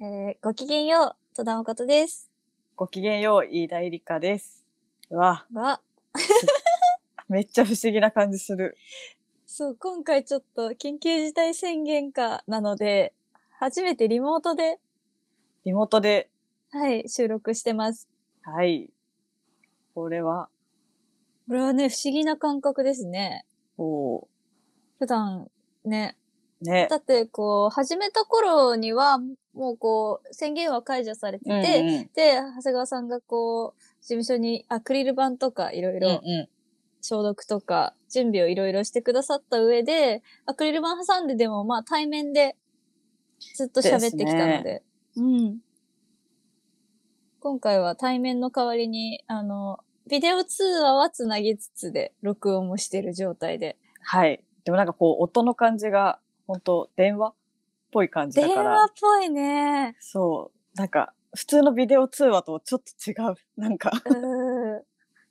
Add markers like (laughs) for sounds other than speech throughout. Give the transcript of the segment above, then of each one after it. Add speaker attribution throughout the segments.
Speaker 1: えーごきげんよう、戸田誠です。
Speaker 2: ごきげんよう、飯田絵梨香です。うわ、
Speaker 1: は、
Speaker 2: めっちゃ不思議な感じする。
Speaker 1: そう、今回ちょっと緊急事態宣言下なので、初めてリモートで、
Speaker 2: リモートで、
Speaker 1: はい、収録してます。
Speaker 2: はい。これは、
Speaker 1: これはね、不思議な感覚ですね。
Speaker 2: お
Speaker 1: 普段、ね。
Speaker 2: ーね。
Speaker 1: だって、こう、始めた頃には、もうこう、宣言は解除されてて、
Speaker 2: うんうん
Speaker 1: で、長谷川さんがこう、事務所にアクリル板とかいろいろ
Speaker 2: うんうん
Speaker 1: 消毒とか準備をいろいろしてくださった上で、アクリル板挟んででもまあ対面でずっと喋ってきたので。うん。今回は対面の代わりに、あの、ビデオ通話はつなぎつつで録音もしてる状態で。
Speaker 2: はい。でもなんかこう、音の感じが、本当電話っぽい感じだ
Speaker 1: 電
Speaker 2: から。
Speaker 1: 話っぽいね。
Speaker 2: そう。なんか、普通のビデオ通話とちょっと違う。なんか、
Speaker 1: うーん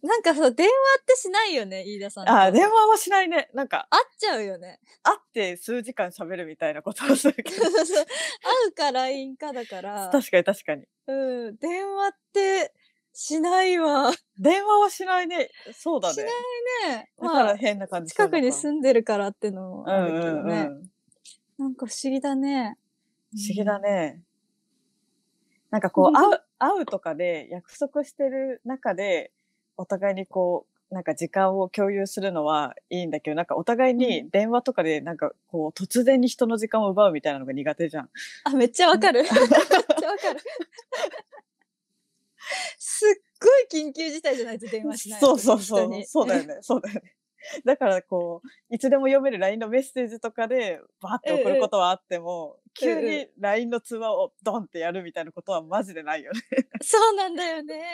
Speaker 1: なんかそう、電話ってしないよね、飯田さんと。
Speaker 2: あー、電話はしないね。なんか、
Speaker 1: 会っちゃうよね。 (laughs)
Speaker 2: 会って数時間喋るみたいなことをするけ
Speaker 1: そう (laughs)
Speaker 2: ど。
Speaker 1: そうそう会うか LINE かだから。
Speaker 2: 確かに確かに。
Speaker 1: うん、電話ってしないわ。
Speaker 2: 電話はしないね。そうだね。
Speaker 1: しないね。
Speaker 2: だか
Speaker 1: ま
Speaker 2: ら
Speaker 1: あ、
Speaker 2: 変な感じする
Speaker 1: 近
Speaker 2: のか
Speaker 1: くに住んでるからってのもあるけどね。
Speaker 2: うんうんうん、
Speaker 1: なんか不思議だね。
Speaker 2: 不思議だね。なんかこう、会う、会うとかで約束してる中で、お互いにこう、なんか時間を共有するのはいいんだけど、なんかお互い
Speaker 1: うん
Speaker 2: に電話とかでなんかこう、突然に人の時間を奪うみたいなのが苦手じゃん。
Speaker 1: うん。あ、めっちゃわか (laughs) る。めっちゃわかる。すっごい緊急事態じゃないと電話しない。
Speaker 2: そうそうそ
Speaker 1: 本当
Speaker 2: う。
Speaker 1: に
Speaker 2: そうだよ。
Speaker 1: (laughs)
Speaker 2: ね。そうだよね。だからこう、いつでも読める LINE のメッセージとかで、バーって送ることはあっても、
Speaker 1: うんうん
Speaker 2: 急に LINE の通話をドンってやるみたいなことはマジでないよね。
Speaker 1: そうなんだよね。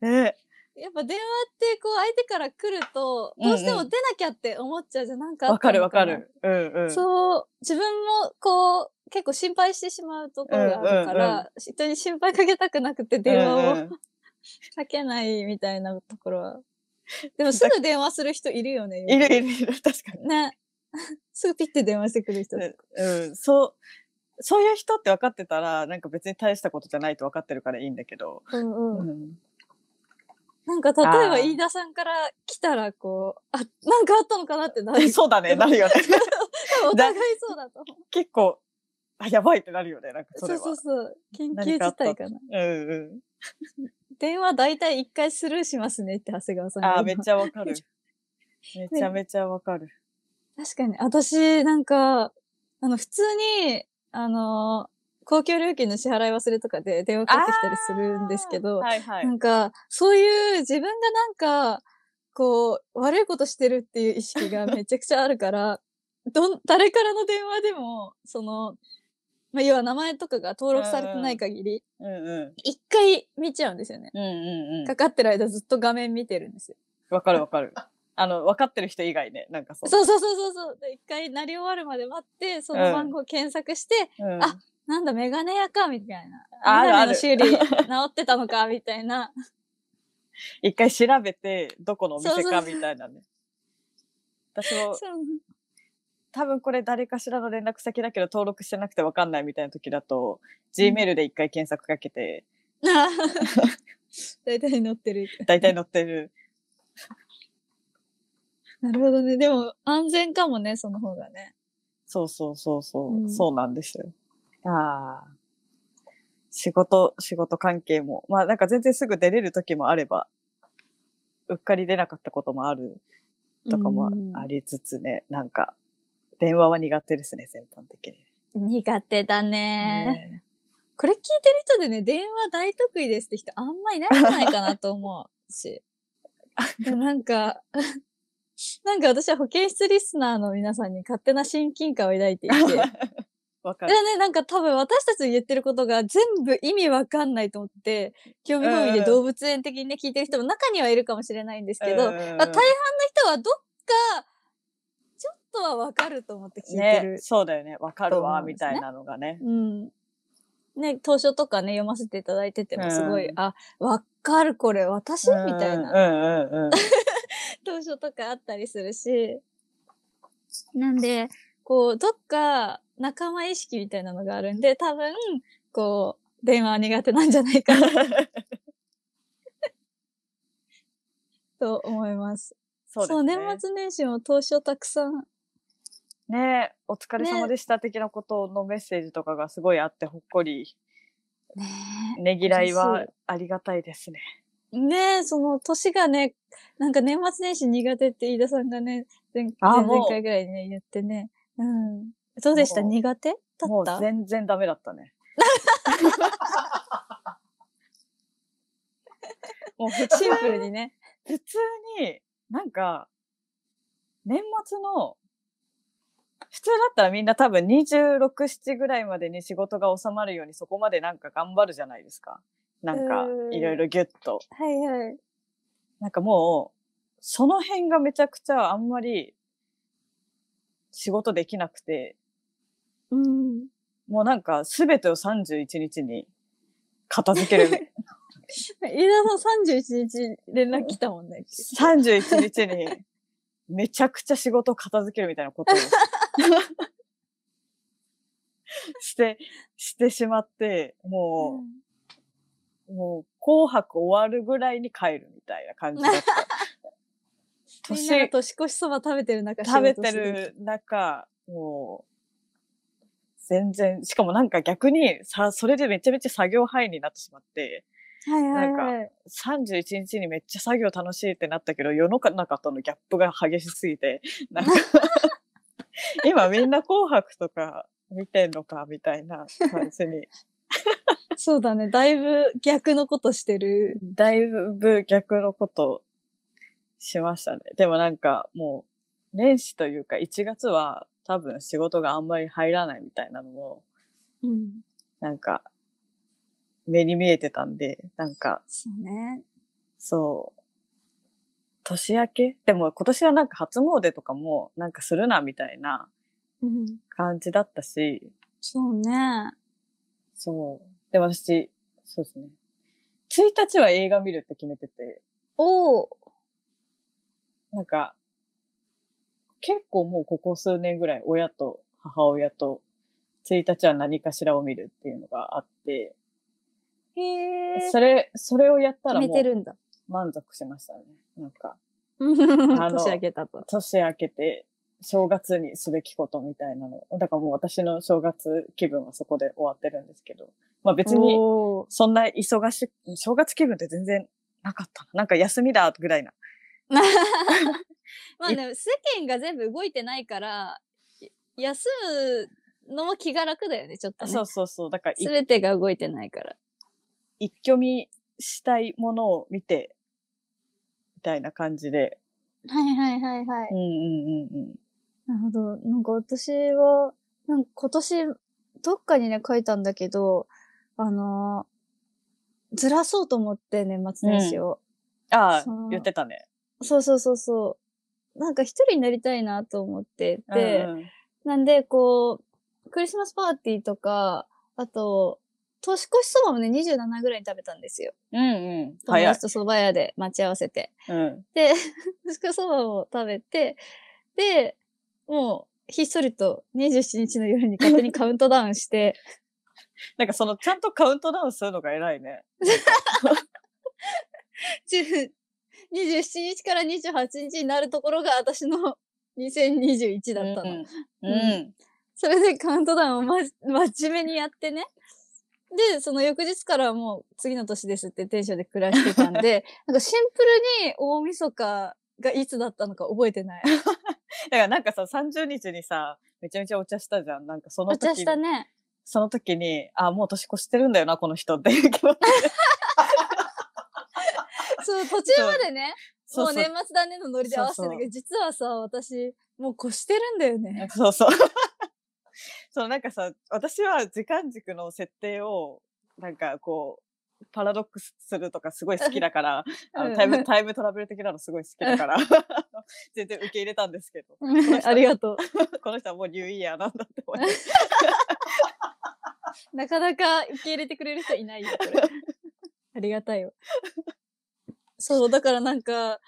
Speaker 2: ね
Speaker 1: やっぱ電話ってこう相手から来ると、どうしても出なきゃって思っちゃうじゃん。なんかあ
Speaker 2: わ
Speaker 1: っ
Speaker 2: か
Speaker 1: た
Speaker 2: る
Speaker 1: の
Speaker 2: わ
Speaker 1: な
Speaker 2: かる。うんうん。
Speaker 1: そう、自分もこう、結構心配してしまうところがあるから、
Speaker 2: うんうん
Speaker 1: 人に心配かけたくなくて電
Speaker 2: うんう
Speaker 1: 話を
Speaker 2: ん
Speaker 1: かけないみたいなところ
Speaker 2: (laughs)
Speaker 1: は。でもすぐ電話する人いるよね。
Speaker 2: いるいるい (laughs) る、確かに。
Speaker 1: ね。 (laughs) すぐピッて電話してくる人。
Speaker 2: うん、そう、そういう人って分かってたら、なんか別に大したことじゃないと分かってるからいいんだけど。
Speaker 1: うん
Speaker 2: う
Speaker 1: うん。
Speaker 2: ん、
Speaker 1: なんか例えば
Speaker 2: あー。
Speaker 1: 飯田さんから来たらこう、あ、なんかあったのかなってなる
Speaker 2: (laughs) そうだ (laughs) ね、なるよね。
Speaker 1: お互いそうだと思う。
Speaker 2: 結構、あ、やばいってなるよね、なん (laughs) かそ
Speaker 1: そ
Speaker 2: れ
Speaker 1: う
Speaker 2: は。
Speaker 1: そうそう。緊急
Speaker 2: 何
Speaker 1: 事
Speaker 2: かあった
Speaker 1: 態かな。
Speaker 2: うんう
Speaker 1: 電話大体一回スルーしますねって長谷川さん
Speaker 2: ん。
Speaker 1: が今
Speaker 2: あー、めっちゃ分かる。めちゃめちゃ分かる。
Speaker 1: 確かに。私、なんか、あの、普通に、あのー、公共料金の支払い忘れとかで電話かかってきたりするんですけど、
Speaker 2: はいはい
Speaker 1: な。んか、そういう自分がなんか、こう、悪いことしてるっていう意識がめちゃくちゃあるから、 (laughs) どん、誰からの電話でも、その、まあ、要は名前とかが登録されてない限り、
Speaker 2: うんうん。
Speaker 1: 一回見ちゃうんですよね。
Speaker 2: うんうんうん。
Speaker 1: かかってる間ずっと画面見てるんですよ。
Speaker 2: 分かる分かる。あの、分かってる人以外ね、なんかそう。
Speaker 1: そうそうそうそうそう。で一回鳴り終わるまで待って、その番号検索して、
Speaker 2: うん
Speaker 1: あなんだ、メガネ屋かみたいな。
Speaker 2: あ
Speaker 1: メガネの
Speaker 2: ある
Speaker 1: 修理治ってたのかみたい
Speaker 2: (laughs)
Speaker 1: な。
Speaker 2: 一回調べて、どこのお店か
Speaker 1: そうそう
Speaker 2: みたいなね。私も
Speaker 1: そう
Speaker 2: 多分これ誰かしらの連絡先だけど登録してなくて分かんないみたいな時だと、Gmail で一回検索かけて、
Speaker 1: あ (laughs) 大体乗ってる。
Speaker 2: 大体載っ
Speaker 1: (laughs)
Speaker 2: てる。
Speaker 1: なるほどね。でも、安全かもね、その方がね。
Speaker 2: そうそうそうそう、
Speaker 1: うん
Speaker 2: そうなんですよ。ああ。仕事、仕事関係も。まあなんか全然すぐ出れる時もあれば、うっかり出なかったこともあるとかも
Speaker 1: うん
Speaker 2: ありつつね、なんか、電話は苦手ですね、全般的に。
Speaker 1: 苦手だね
Speaker 2: ね
Speaker 1: これ聞いてる人でね、電話大得意ですって人あんまいないんじゃないかなと思う (laughs) し。でもなんか、 (laughs) なんか私は保健室リスナーの皆さんに勝手な親近感を抱 (laughs) いていて。
Speaker 2: (laughs) わか
Speaker 1: で
Speaker 2: る。
Speaker 1: ね、なんか多分私たちの言ってることが全部意味わかんないと思って、興味本位
Speaker 2: うんう
Speaker 1: で
Speaker 2: ん
Speaker 1: 動物園的にね、聞いてる人も中にはいるかもしれないんですけど、
Speaker 2: うんうんうん
Speaker 1: まあ大半の人はどっか、ちょっとはわかると思って聞いてる。
Speaker 2: ね、そうだよね。わか
Speaker 1: と
Speaker 2: る
Speaker 1: 思
Speaker 2: わ、
Speaker 1: うんで
Speaker 2: み
Speaker 1: すね
Speaker 2: たいなのがね。
Speaker 1: うん。ね、当初とかね、読ませていただいててもすごい、
Speaker 2: うん
Speaker 1: あ、わかるこれ私みたいな
Speaker 2: な。うんうん
Speaker 1: (laughs)
Speaker 2: うん。
Speaker 1: 当初とかあったりするし。なんで、こう、どっか、仲間意識みたいなのがあるんで、多分、こう、電話は苦手なんじゃないかなと思います。
Speaker 2: そうですね。
Speaker 1: そう、年末年始も投資をたくさん、
Speaker 2: ねえお疲れ様でした的なことのメッセージとかがすごいあってほっこり、
Speaker 1: ね
Speaker 2: ねぎらい
Speaker 1: 嬉
Speaker 2: は
Speaker 1: し
Speaker 2: ありがたいですね。
Speaker 1: え、ねえ、その年がね、なんか年末年始苦手って飯田さんがね、前
Speaker 2: あ
Speaker 1: 前
Speaker 2: もう
Speaker 1: 々回ぐらいにね、言ってね。うん。どうでした
Speaker 2: もう
Speaker 1: 苦手だった
Speaker 2: もう全然ダメだっ
Speaker 1: (laughs)
Speaker 2: たね。もう普通
Speaker 1: シンプルに
Speaker 2: (laughs)
Speaker 1: ね。
Speaker 2: 普通に、なんか、年末の、普通だったらみんな多分26、7ぐらいまでに仕事が収まるようにそこまでなんか頑張るじゃないですか。なんか
Speaker 1: う、ん
Speaker 2: いろいろギュッと。
Speaker 1: はいはい。
Speaker 2: なんかもう、その辺がめちゃくちゃあんまり仕事できなくて、
Speaker 1: うん。
Speaker 2: もうなんか全てを31日に片付ける。
Speaker 1: 飯田さん31日連絡来たもんね。
Speaker 2: 31日にめちゃくちゃ仕事を片付けるみたいなことを (laughs) して、してしまって、も
Speaker 1: うん
Speaker 2: う、もう紅白終わるぐらいに帰るみたいな感じだっ
Speaker 1: (laughs)
Speaker 2: た。
Speaker 1: みんなが
Speaker 2: 年
Speaker 1: 年越しそば食べてる中、
Speaker 2: 食べ
Speaker 1: 仕事
Speaker 2: て
Speaker 1: す
Speaker 2: る中、もう、全然、しかもなんか逆に、さ、それでめちゃめちゃ作業範囲になってしまって、
Speaker 1: はいはい
Speaker 2: な
Speaker 1: はい。
Speaker 2: 31日にめっちゃ作業楽しいってなったけど、世の中とのギャップが激しすぎて、なんか、今みんな紅白とか見てんのか、みたいな感じに。
Speaker 1: そうだね。だいぶ逆のことしてる。
Speaker 2: だいぶ逆のことしましたね。でもなんかもう、年始というか1月は多分仕事があんまり入らないみたいなのも、
Speaker 1: うん。
Speaker 2: なんか、目に見えてたんで、なんか、
Speaker 1: そうね。
Speaker 2: そう。年明けでも今年はなんか初詣とかもなんかするなみたいな
Speaker 1: うん。
Speaker 2: 感じだったし、
Speaker 1: そうね。
Speaker 2: そう。で、私、そうですね。1日は映画見るって決めてて、
Speaker 1: おー。
Speaker 2: なんか、結構もうここ数年ぐらい親と母親と1日は何かしらを見るっていうのがあって、
Speaker 1: へえ。
Speaker 2: それ、それをやった
Speaker 1: 決
Speaker 2: ら
Speaker 1: め
Speaker 2: も
Speaker 1: て
Speaker 2: う
Speaker 1: るんだ。
Speaker 2: 満足しましたね。なんか、
Speaker 1: (laughs)
Speaker 2: あの
Speaker 1: 年明けたと。
Speaker 2: 年明けて正月にすべきことみたいなの。だからもう私の正月気分はそこで終わってるんですけど。まあ別に
Speaker 1: (laughs) お
Speaker 2: そんな忙しい、正月気分って全然なかったな。なんか休みだぐらいな。
Speaker 1: ーまあね、世間が全部動いてないから、い休むのも気が楽だよね、ちょっとね。
Speaker 2: そうそうそう。だからい
Speaker 1: すべてが動いてないから。
Speaker 2: 一挙見したいものを見て、みたいな感じで。
Speaker 1: はいはいはいはい。
Speaker 2: うんうんうんうん。
Speaker 1: なるほど。なんか私は、なんか今年、どっかにね、書いたんだけど、あのーずらそうと思って年末年始を。
Speaker 2: ああ
Speaker 1: そう、
Speaker 2: 言ってたね。
Speaker 1: そうそうそうそう。なんか一人になりたいなと思ってて、
Speaker 2: うんうん
Speaker 1: なんで、こう、クリスマスパーティーとか、あと、年越しそばもね、27ぐらいに食べたんですよ。
Speaker 2: うんう
Speaker 1: 友
Speaker 2: ん。早い
Speaker 1: 達。と蕎麦屋で待ち合わせて。
Speaker 2: うん。
Speaker 1: で、 (laughs) 年越しそばを食べて、で、もう、ひっそりと27日の夜に勝手にカウントダウンして、 (laughs)
Speaker 2: なんかその、ちゃんとカウントダウンするのが偉いね。
Speaker 1: 10 27日から28日になるところが私の2021だったの。
Speaker 2: うん。うん。
Speaker 1: それでカウントダウンをまじ、真面目にやってね。で、その翌日からはもう次の年ですってテンションで暮らしてたんで、 (laughs) なんかシンプルに大晦日がいつだったのか覚えて
Speaker 2: (laughs)
Speaker 1: ない。
Speaker 2: だからなんかさ、30日にさ、めちゃめちゃお茶したじゃん。なんかその
Speaker 1: お
Speaker 2: 時に
Speaker 1: 茶したね。
Speaker 2: その時に、あ、もう年越してるんだよな、この人っていう
Speaker 1: (laughs)
Speaker 2: 気持ち。
Speaker 1: そう、途中までね、
Speaker 2: そうそう
Speaker 1: もう年末だねのノリで合わせてたけど、
Speaker 2: そうそ
Speaker 1: 実はさ、私、もう越してるんだよね。
Speaker 2: そうそう。 (laughs) そう、なんかさ、私は時間軸の設定を、なんかこう、パラドックスするとかすごい好きだ
Speaker 1: (laughs)
Speaker 2: から、あ
Speaker 1: うん
Speaker 2: のタイム、タイムトラベル的なのすごい好き
Speaker 1: (laughs)
Speaker 2: だから、あの全然受け入れたんですけど、
Speaker 1: ありがと
Speaker 2: この人はもうニューイヤーなんだって思って。
Speaker 1: う。なかなか受け入れてくれる人い (laughs)
Speaker 2: (laughs)
Speaker 1: ないよ、これ。ありがたいよ。そう、だからなんか、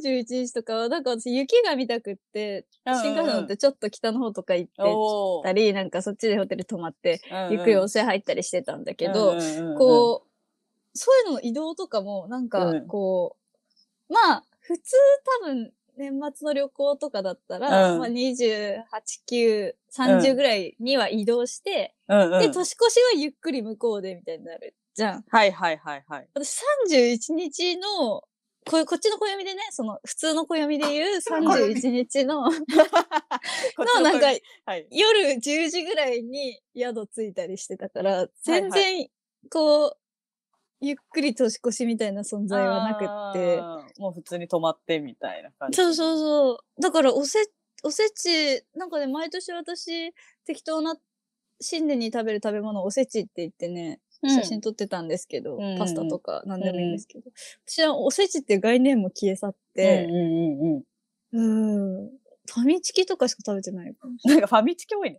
Speaker 1: 31日とかは、なんか私雪が見たくって、新幹線乗ってちょっと北の方とか行って
Speaker 2: お
Speaker 1: たり、なんかそっちでホテル泊まって、ゆっくり温泉入ったりしてたんだけど、
Speaker 2: ど
Speaker 1: こう、そういうのの移動とかも、なん
Speaker 2: う
Speaker 1: か
Speaker 2: ん
Speaker 1: こう、まあ、普通多分、年末の旅行とかだったら、
Speaker 2: うん
Speaker 1: まあ、28、9、
Speaker 2: う
Speaker 1: 30
Speaker 2: ん
Speaker 1: ぐらいには移動して、
Speaker 2: うん、うんうん
Speaker 1: で、年越しはゆっくり向こうでみたいになるじゃん。
Speaker 2: はいはいはいはい。
Speaker 1: 私31日の、こうこっちの暦でね、その普通の暦で言う31日の、の
Speaker 2: こっち
Speaker 1: (laughs)
Speaker 2: の
Speaker 1: なんか
Speaker 2: 声はい。
Speaker 1: 夜10時ぐらいに宿着いたりしてたから、
Speaker 2: はい
Speaker 1: 全然、こう、ゆっくり年越しみたいな存在はなくって。
Speaker 2: あー。もう普通に泊まってみたいな感じ。
Speaker 1: そうそうそう。だからおせ、おせち、なんかね、毎年私、適当な、新年に食べる食べ物をおせちって言ってね、
Speaker 2: うん
Speaker 1: 写真撮ってたんですけど、
Speaker 2: うん
Speaker 1: パスタとか何でもいいんですけど、私はおせちっていう概念も消え去っ
Speaker 2: う
Speaker 1: て、
Speaker 2: んうんうんうん。
Speaker 1: うん、ファミチキとかしか食べてないかもし
Speaker 2: なんかファミチキ
Speaker 1: (laughs)
Speaker 2: 多いね。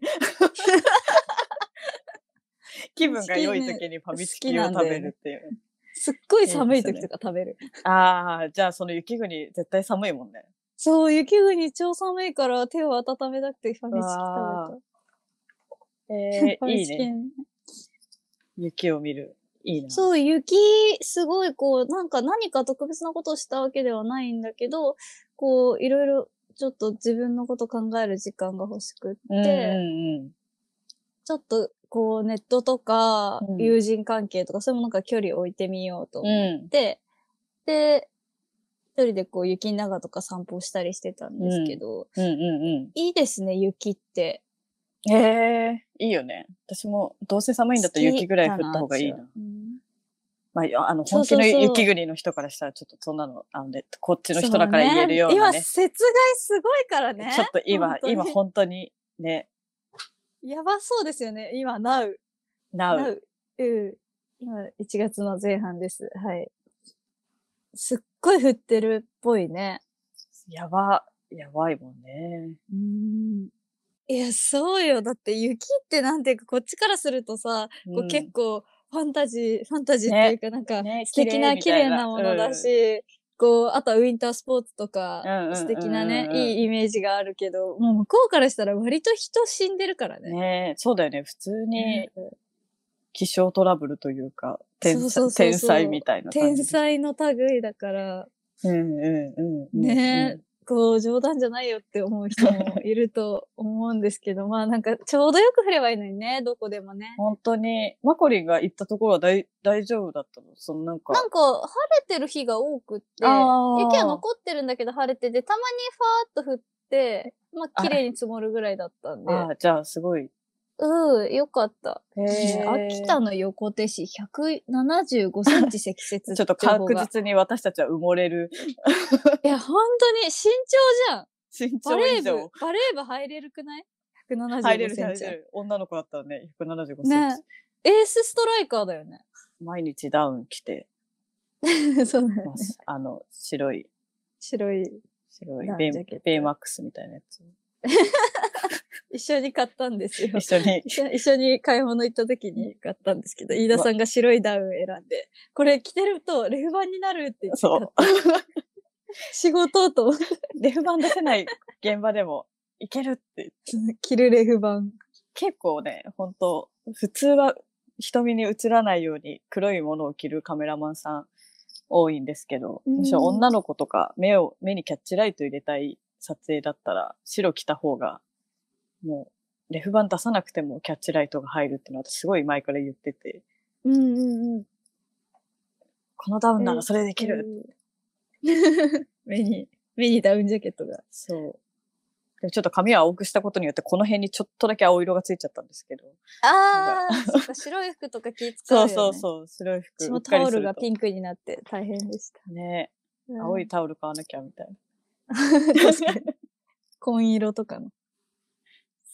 Speaker 2: 気分が良い時にファミチキを食べるっていう。
Speaker 1: すっごい寒
Speaker 2: いい
Speaker 1: い
Speaker 2: ですね
Speaker 1: 時とか食べる。
Speaker 2: ああ、じゃあその雪国絶対寒いもんね。
Speaker 1: そう、雪国超寒いから手を温めたくてファミチキ食べ
Speaker 2: え
Speaker 1: た。
Speaker 2: ー、いい
Speaker 1: ファミチキ
Speaker 2: ね。雪を見る。いいな。
Speaker 1: そう、雪、すごいこう、なんか何か特別なことをしたわけではないんだけど、こう、いろいろちょっと自分のこと考える時間が欲しくって、
Speaker 2: うんうん
Speaker 1: ちょっとこう、ネットとか
Speaker 2: う、ん
Speaker 1: 友人関係とか、そういうものから距離を置いてみようと
Speaker 2: うん。
Speaker 1: 思っ
Speaker 2: うん。
Speaker 1: て、で、一人でこう、雪の中とか散歩したりしてたんですけど、
Speaker 2: うんうん
Speaker 1: いいですね、雪って。
Speaker 2: うん。ええいいよね。私もどうせ寒いんだったら雪ぐらい降った方がいい
Speaker 1: 好きだ
Speaker 2: な
Speaker 1: っ。てうん
Speaker 2: まあ、あの、
Speaker 1: そ
Speaker 2: 本
Speaker 1: うそ
Speaker 2: 気
Speaker 1: うそう
Speaker 2: の雪国の人からしたら、ちょっとそんなの、あのね、こっちの人だから言えるよう
Speaker 1: そ
Speaker 2: な
Speaker 1: 今、
Speaker 2: ね。
Speaker 1: 雪害すごいからね。
Speaker 2: ちょっと今
Speaker 1: 本、当に
Speaker 2: 今本当にね、
Speaker 1: やばそうですよね、今、なう。
Speaker 2: なう。
Speaker 1: う。うん。今、1月の前半です。はい。すっごい降ってるっぽいね。
Speaker 2: やば、やばいもんね。
Speaker 1: うん。いや、そうよ。だって雪ってなんていうか、こっちからするとさ、こう結構ファンタジー、ファンタジーっていうかなんか、
Speaker 2: ね
Speaker 1: 素敵な綺
Speaker 2: 綺麗
Speaker 1: 麗
Speaker 2: みたいな
Speaker 1: なものだし、こう、あとはウィンタースポーツとか、
Speaker 2: 構
Speaker 1: 素敵なね、
Speaker 2: い。
Speaker 1: いいイメージがあるけど、もう向こうからしたら割と人死んでるからね。
Speaker 2: ねそうだよね。普通に
Speaker 1: うん
Speaker 2: 気象トラブルというか、天
Speaker 1: そう
Speaker 2: 才
Speaker 1: そうそうそう
Speaker 2: 天才みたいな感
Speaker 1: 天
Speaker 2: じ。
Speaker 1: 才の類だから、
Speaker 2: うんうんうんうん。
Speaker 1: ねこう、冗談じゃないよって思う人もいると思うんですけど、まあなんか、ちょうどよく振ればいいのにね、どこでもね。
Speaker 2: 本当に、マコリンが行ったところは大大丈夫だったのそのなんか。
Speaker 1: なんか、晴れてる日が多くって、雪
Speaker 2: あー
Speaker 1: は残ってるんだけど晴れてて、たまにファーっと降って、まあ綺麗に積もるぐらいだったんで、
Speaker 2: ああ、じゃあすごい。
Speaker 1: うん、よかった。
Speaker 2: へ
Speaker 1: ね秋田の横手市175センチ積雪
Speaker 2: (laughs) ちょっと
Speaker 1: 情報
Speaker 2: 確
Speaker 1: が
Speaker 2: 実に私たちは埋もれる (laughs)
Speaker 1: いや、本当に身長じゃん。
Speaker 2: 身
Speaker 1: バ
Speaker 2: 長
Speaker 1: レー
Speaker 2: 以
Speaker 1: 部
Speaker 2: 上、
Speaker 1: バレー部入れるくない ?175 センチ。
Speaker 2: 入れる入れる女の子だったらね175センチ、
Speaker 1: ねエースストライカーだよ
Speaker 2: (laughs)
Speaker 1: ね。
Speaker 2: 毎日ダウン着て
Speaker 1: そうだよ
Speaker 2: ま
Speaker 1: ね。 (laughs)
Speaker 2: すあの白い
Speaker 1: 白い。
Speaker 2: 白い
Speaker 1: ダウン
Speaker 2: ベイ
Speaker 1: ジャケット
Speaker 2: ベイマックスみたいなやつ
Speaker 1: 一緒に買ったんですよ。
Speaker 2: 一緒に (laughs)
Speaker 1: 一緒一緒に買い物行った時に買ったんですけど、飯田さんが白いダウン選んで、これ着てるとレフ板になるって言って
Speaker 2: そう
Speaker 1: 買った、 (laughs) 仕事と思って
Speaker 2: レフ板出せない現場でもいけるって
Speaker 1: 着るレフ板。
Speaker 2: 結構ね本当普通は瞳に映らないように黒いものを着るカメラマンさん多いんですけど、
Speaker 1: うん
Speaker 2: むしろ女の子とか目を目にキャッチライト入れたい撮影だったら白着た方がもうレフ板出さなくてもキャッチライトが入るっていうのは私すごい前から言ってて
Speaker 1: うんうんうん。
Speaker 2: このダウンな
Speaker 1: うん
Speaker 2: らそれできる、
Speaker 1: うん。 (laughs) 目に、目にダウンジャケットが。
Speaker 2: そうでもちょっと髪は青くしたことによってこの辺にちょっとだけ青色がついちゃったんですけど
Speaker 1: あ
Speaker 2: あ
Speaker 1: あ、そっか、 (laughs) 白い服とか気使う
Speaker 2: そ
Speaker 1: よ、
Speaker 2: う
Speaker 1: ね。
Speaker 2: そうそう白い服
Speaker 1: 私
Speaker 2: う
Speaker 1: も
Speaker 2: っか
Speaker 1: タ
Speaker 2: り
Speaker 1: オ
Speaker 2: す
Speaker 1: ル
Speaker 2: る
Speaker 1: が
Speaker 2: と
Speaker 1: ピンクになって大変でした。
Speaker 2: ね
Speaker 1: うん
Speaker 2: 青いタオル買わなきゃみたい
Speaker 1: (laughs)
Speaker 2: な
Speaker 1: 確かに。紺色とかの。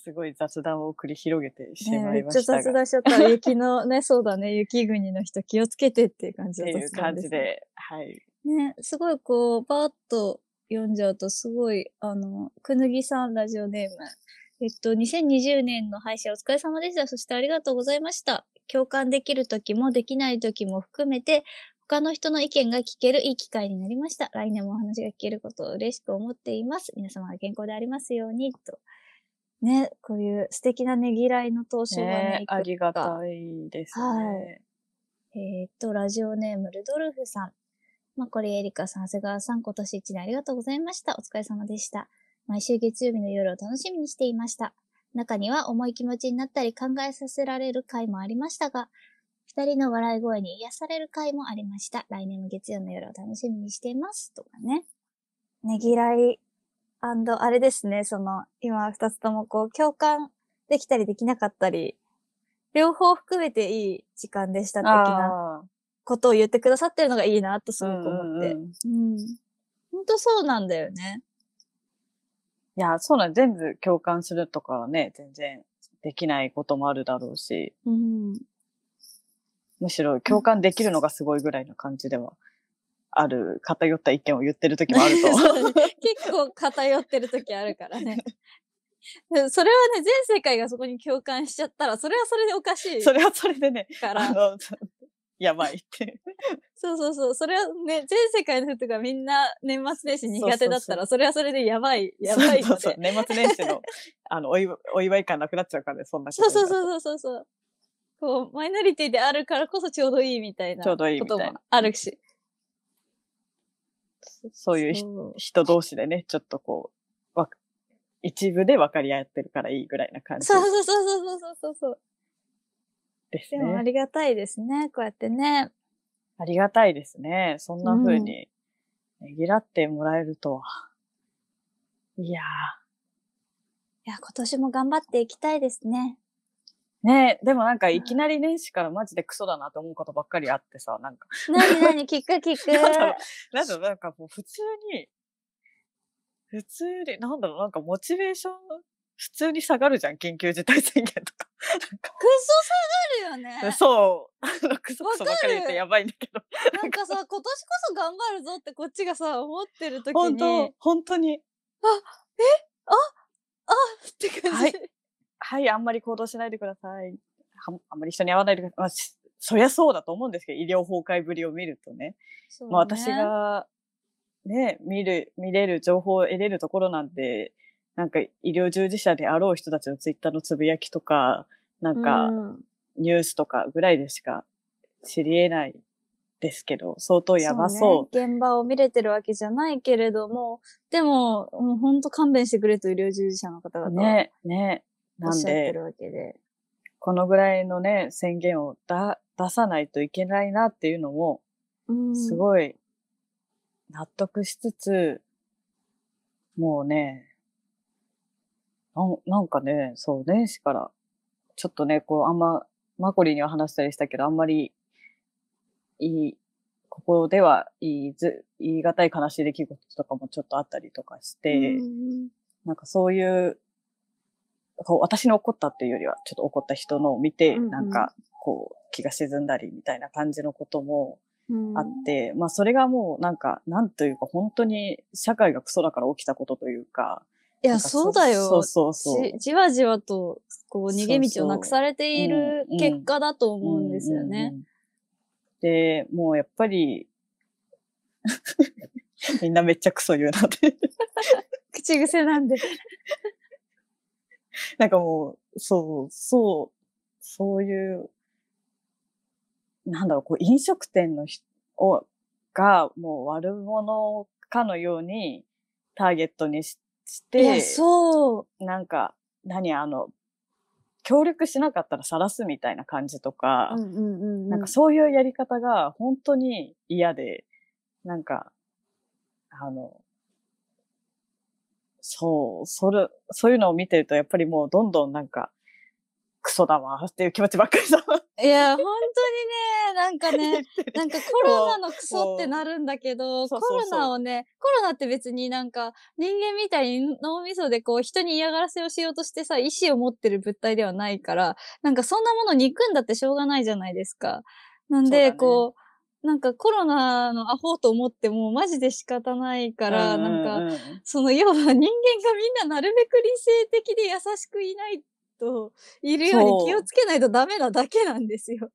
Speaker 2: すごい雑談を繰り広げてし
Speaker 1: ね
Speaker 2: ま
Speaker 1: め
Speaker 2: い
Speaker 1: っ
Speaker 2: ま
Speaker 1: ちゃ
Speaker 2: したが、
Speaker 1: 雑談しちゃった。雪の、ね、そうだね、雪国の人気をつけてっていう感じだ
Speaker 2: って
Speaker 1: と
Speaker 2: いう感じ
Speaker 1: すね。
Speaker 2: で、はい。
Speaker 1: ね、すごいこう、バーッと読んじゃうと、すごい、あの、くぬぎさんラジオネーム。えっと、2020年の配信お疲れ様でした。そしてありがとうございました。共感できる時もできない時も含めて、他の人の意見が聞けるいい機会になりました。来年もお話が聞けることを嬉しく思っています。皆様が健康でありますように、と。ね、こういう素敵なねぎらいの投資がね、
Speaker 2: ね
Speaker 1: いくつか
Speaker 2: ありがたいですね。
Speaker 1: はいえーっと、ラジオネーム、ルドルフさん。マコリエリカさん、長谷川さん、今年一年ありがとうございました。お疲れ様でした。毎週月曜日の夜を楽しみにしていました。中には重い気持ちになったり考えさせられる回もありましたが、二人の笑い声に癒される回もありました。来年も月曜の夜を楽しみにしています。とかね。ねぎらい、あれですね、その、今二つともこう、共感できたりできなかったり、両方含めていい時間でした的な
Speaker 2: ああ、
Speaker 1: ことを言ってくださってるのがいいなとすごく思って。
Speaker 2: う
Speaker 1: うん
Speaker 2: うんうんい
Speaker 1: ほんとそうなんだよね。
Speaker 2: や、そうなん全部共感するとかはね、全然できないこともあるだろうし、
Speaker 1: うん。
Speaker 2: むしろ共感できるのがすごいぐらいの感じでは、ある偏った意見を言ってる時もある
Speaker 1: (laughs)
Speaker 2: と。
Speaker 1: そうね結構偏ってる時あるからね。 (laughs) でもそれはね、全世界がそこに共感しちゃったら、それはそれでおかしい
Speaker 2: それはそれでね、
Speaker 1: か
Speaker 2: あ
Speaker 1: ら。
Speaker 2: (laughs) の、やばいって。
Speaker 1: そうそうそう。それはね、全世界の人がみんな年末年始苦手だったら、それはそれでやばい、やばい
Speaker 2: そ
Speaker 1: の
Speaker 2: うそうそう
Speaker 1: で。
Speaker 2: 年末年始の、あの、お祝いお祝い感なくなっちゃうからね、そんな
Speaker 1: そうそう
Speaker 2: う。
Speaker 1: そうそうそう。こう、マイノリティであるからこそちょうどいいみたいな
Speaker 2: ちょう
Speaker 1: こ
Speaker 2: どいいみた
Speaker 1: と
Speaker 2: いな
Speaker 1: もあるし。
Speaker 2: そういうひ
Speaker 1: そう
Speaker 2: 人同士でね、ちょっとこう、わ一部で分かり合ってるからいいぐらいな感じ
Speaker 1: そうそうそうそうそうそうそう。
Speaker 2: です
Speaker 1: でもあ
Speaker 2: ね。
Speaker 1: りがたいですね。こうやってね。
Speaker 2: ありがたいですね。そんな風に、ねぎらってもらえるとは。いや
Speaker 1: いや、今年も頑張っていきたいです (laughs) ね。
Speaker 2: ー。ねでもなんかいきなり年始からマジでクソだなと思うことばっかりあってさ、なんか、
Speaker 1: なになに、聞く聞く。
Speaker 2: なんだろなんだろう、なんかもう普通に、普通に、なんだろう、なんかモチベーション、普通に下がるじゃん、緊急事態宣言
Speaker 1: (laughs)
Speaker 2: とか。
Speaker 1: クソ下がるよね。
Speaker 2: そう。あの、クソクソばっかり言っ
Speaker 1: わか
Speaker 2: て
Speaker 1: る
Speaker 2: やばいんだけど。
Speaker 1: なんかさ、今年こそ頑張るぞってこっちがさ、思ってる時
Speaker 2: 本
Speaker 1: に。
Speaker 2: 当本当に。
Speaker 1: って感じ。
Speaker 2: はいはい、あんまり行動しないでください。はあんまり人に会わないでください。まあ、しそりゃそうだと思うんですけど、医療崩壊ぶりを見るとね。
Speaker 1: そうね
Speaker 2: まあ、私。が、ね、見る、見れる、情報を得れるところなんで、なんか医療従事者であろう人たちのツイッターのつぶやきとか、なん
Speaker 1: う
Speaker 2: か
Speaker 1: ん
Speaker 2: ニュースとかぐらいでしか知り得ないですけど、相当やばそう。
Speaker 1: ね現場を見れてるわけじゃないけれども、でも、もうほんと勘弁してくれと医療従事者の方々は
Speaker 2: ね、ね。
Speaker 1: おっ
Speaker 2: なん
Speaker 1: しゃって
Speaker 2: で、
Speaker 1: るわけで。
Speaker 2: このぐらいのね、宣言をだ出さないといけないなっていうのも、
Speaker 1: うん
Speaker 2: すごい、納得しつつ、もうね、なんなんかね、そう、年始から、ちょっとね、こう、あんま、マコリには話したりしたけど、あんまり、いい、ここでは言いず、言い難い悲しい出来事とかもちょっとあったりとかして、
Speaker 1: うん
Speaker 2: なんかそういう、こう私の怒ったっていうよりは、ちょっと怒った人のを見て、
Speaker 1: うんうん
Speaker 2: なんか、こう、気が沈んだりみたいな感じのことも、
Speaker 1: うん
Speaker 2: あって、まあそれがもうなんか、なんというか本当に社会がクソだから起きたことというか。
Speaker 1: い
Speaker 2: な
Speaker 1: や、
Speaker 2: んか
Speaker 1: そうだよ。
Speaker 2: そうそうそう。
Speaker 1: じじわじわと、こう、逃げ道をなくされている
Speaker 2: そうそううん
Speaker 1: 結果だと思うんですよね
Speaker 2: う。んうんうん。で、もうやっぱり、 (laughs) みんなめっちゃクソ言うなって。 (laughs)
Speaker 1: 口癖なんで。
Speaker 2: なんかもう、そう、そう、そういう、なんだろう、こう飲食店の人を、がもう悪者かのようにターゲットにしして、
Speaker 1: いや、そう。
Speaker 2: なんか、何あの、協力しなかったら晒すみたいな感じとか、
Speaker 1: うんうんうんうん。
Speaker 2: なんかそういうやり方が本当に嫌で、なんか、あの、そう、それ、そういうのを見てると、やっぱりもうどんどんなんか、クソだわっていう気持ちばっかりだわ。
Speaker 1: いや、本当にね、なんかね、なん
Speaker 2: (laughs)
Speaker 1: かコロナのクソってなるんだけど、
Speaker 2: そ
Speaker 1: コ
Speaker 2: うそうそ
Speaker 1: ロ
Speaker 2: う
Speaker 1: ナをね、コロナって別になんか人間みたいに脳みそでこう人に嫌がらせをしようとしてさ、意思を持ってる物体ではないから、なんかそんなもの憎んだってしょうがないじゃないですか。なん
Speaker 2: そうだ
Speaker 1: で、
Speaker 2: ね
Speaker 1: こう、なんかコロナのアホと思ってもマジで仕方ないから、なんか、
Speaker 2: か、
Speaker 1: その要は人間がみんななるべく理性的で優しくいないと、いるよう
Speaker 2: そう
Speaker 1: に気をつけないとダメなだけなんですよ。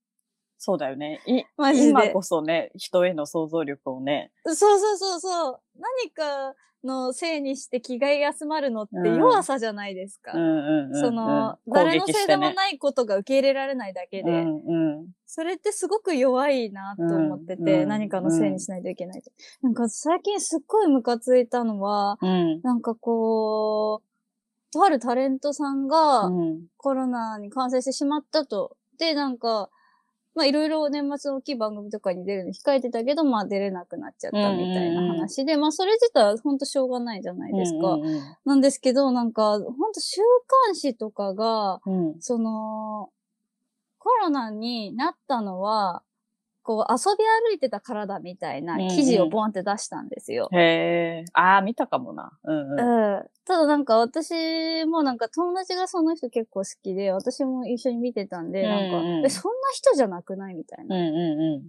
Speaker 2: そうだよね。い
Speaker 1: マジで
Speaker 2: 今こそね、人への想像力をね。
Speaker 1: そうそうそうそう。何かのせいにして気が休まるのって弱さじゃないですか。
Speaker 2: うんうんうんうん、
Speaker 1: その、誰のせいでもないことが受け入れられないだけ
Speaker 2: い
Speaker 1: で、
Speaker 2: うんうん、
Speaker 1: それってすごく弱いなと思ってて、
Speaker 2: うんうん
Speaker 1: 何かのせいにしないといけないと。なんか最近すっごいムカついたのは、
Speaker 2: うん。
Speaker 1: なんかこう、とあるタレントさんが
Speaker 2: うん
Speaker 1: コロナに感染してしまったと。で、なんか、まあいろいろ年末の大きい番組とかに出るの控えてたけど、まあ出れなくなっちゃったみたいな話で、まあそれ自体はほんとしょうがないじゃないですか。
Speaker 2: うんうん
Speaker 1: なんですけど、なんか、ほんと週刊誌とかが、
Speaker 2: うんうん
Speaker 1: その、コロナになったのは、こう、遊び歩いてたからだみたいな
Speaker 2: うんうん
Speaker 1: 記事をボンって出したんですよ。
Speaker 2: へえ。ああ、見たかもな。うんうん。
Speaker 1: うんただなんか私もなんか友達がその人結構好きで、私も一緒に見てたんで、なんか、
Speaker 2: うんうん
Speaker 1: え、そんな人じゃなくないみたい
Speaker 2: うん
Speaker 1: な。
Speaker 2: う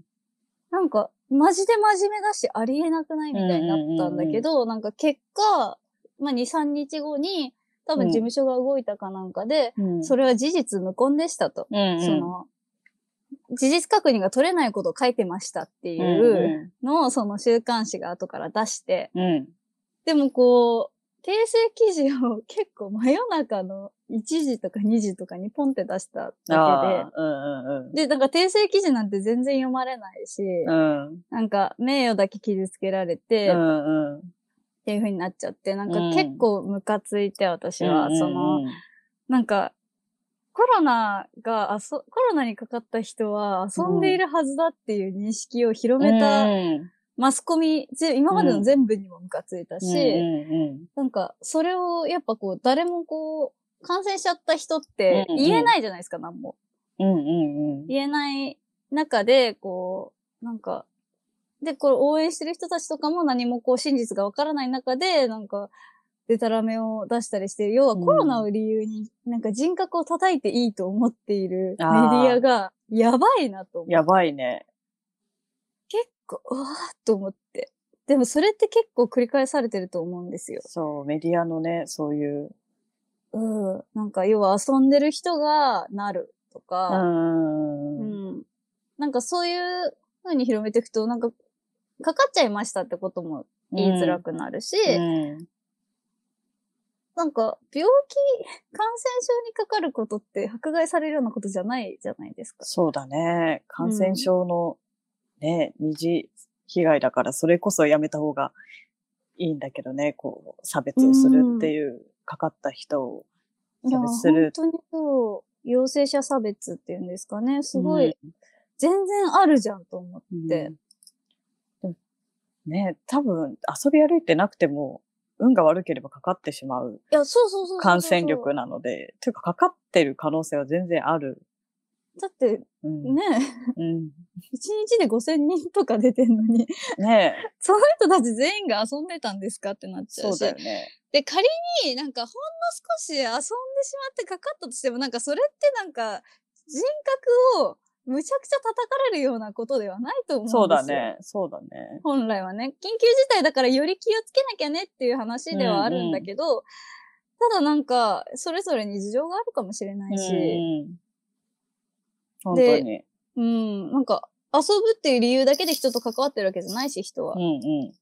Speaker 1: なんか、マジで真面目だし、ありえなくないみたいになったんだけど、なんか結果、まあ2、3日後に、多分事務所が動いたかなんかで、
Speaker 2: んうん。
Speaker 1: そ
Speaker 2: れ、
Speaker 1: れは事実無根でしたと。
Speaker 2: うんうん、
Speaker 1: その、事実確認が取れないことを書いてましたってい
Speaker 2: うん
Speaker 1: う
Speaker 2: う
Speaker 1: のを、その週刊誌が後から出して、
Speaker 2: ん、うん。
Speaker 1: でもこう、訂正記事を結構真夜中の1時とか2時とかにポンって出しただ
Speaker 2: ああ、うんうん
Speaker 1: けで、で、なんか訂正記事なんて全然読まれないし、
Speaker 2: うん。うん。
Speaker 1: なんか名誉だけ傷つけられて、
Speaker 2: う
Speaker 1: っ
Speaker 2: んうん。
Speaker 1: ていう風になっちゃって、なんか
Speaker 2: うん
Speaker 1: 結構ムカついて私は、その、
Speaker 2: うんうん
Speaker 1: なんか、コロナが、あそ、コロナにかかった人は遊んでいるはずだっていう認識を広めた
Speaker 2: うん
Speaker 1: マスコミ、ぜ今までの全部にもムカついたし、
Speaker 2: うんうん
Speaker 1: なんか、それをやっぱこう、誰もこう、感染しちゃった人って
Speaker 2: うんうん
Speaker 1: 言えないじゃないですか、なんも。
Speaker 2: うんうんうん
Speaker 1: 言えない中で、こう、なんか、で、これ応援してる人たちとかも何もこう真実がわからない中で、なんか、でたらめを出したりして、要はコロナを理由に、なんか人格を叩いていいと思っているメデ
Speaker 2: あー
Speaker 1: ィアが、やばいなと思う。
Speaker 2: やばいね。
Speaker 1: 結構、うわーっと思って。でもそれって結構繰り返されてると思うんですよ。
Speaker 2: そう、メディアのね、そういう。
Speaker 1: うん。なんか、要は遊んでる人がなると
Speaker 2: う
Speaker 1: か、
Speaker 2: ん。
Speaker 1: う
Speaker 2: うん
Speaker 1: んなんかそういう風に広めていくと、なんか、かかっちゃいましたってことも言いづらくなるし、
Speaker 2: うん
Speaker 1: なんか、病気、感染症にかかることって迫害されるようなことじゃないじゃないですか。
Speaker 2: そうだね。感染症のね、二次被害だから、それこそやめた方がいいんだけどね、こう、差別をするっていう、かかった人を
Speaker 1: いや、
Speaker 2: 差別す
Speaker 1: 本
Speaker 2: る。
Speaker 1: 当にそう、陽性者差別っていうんですかね。すごい、
Speaker 2: うん
Speaker 1: 全然あるじゃんと思って。
Speaker 2: うんでもね、多分遊び歩いてなくても、運が悪ければかかってしまう
Speaker 1: いや、そうそうそうそうそう
Speaker 2: 感染力なので、というかかかってる可能性は全然ある。
Speaker 1: だって、
Speaker 2: うん。
Speaker 1: ね、
Speaker 2: うん、
Speaker 1: 一日で5000人とか出てんのに、
Speaker 2: ね
Speaker 1: その人たち全員が遊んでたんですかってなっちゃ
Speaker 2: そうう
Speaker 1: し。
Speaker 2: だよね。
Speaker 1: で、仮になんかほんの少し遊んでしまってかかったとしても、なんかそれってなんか人格をむちゃくちゃ叩かれるようなことではないと思うんですよ。
Speaker 2: そうだ。ね。そうだね。
Speaker 1: 本来はね。緊急事態だからより気をつけなきゃねっていう話ではあるんだけど、ただなんか、それぞれに事情があるかもしれないし、
Speaker 2: うん本当
Speaker 1: で
Speaker 2: に。
Speaker 1: うん、なんか、遊ぶっていう理由だけで人と関わってるわけじゃないし、人は
Speaker 2: うん。うん。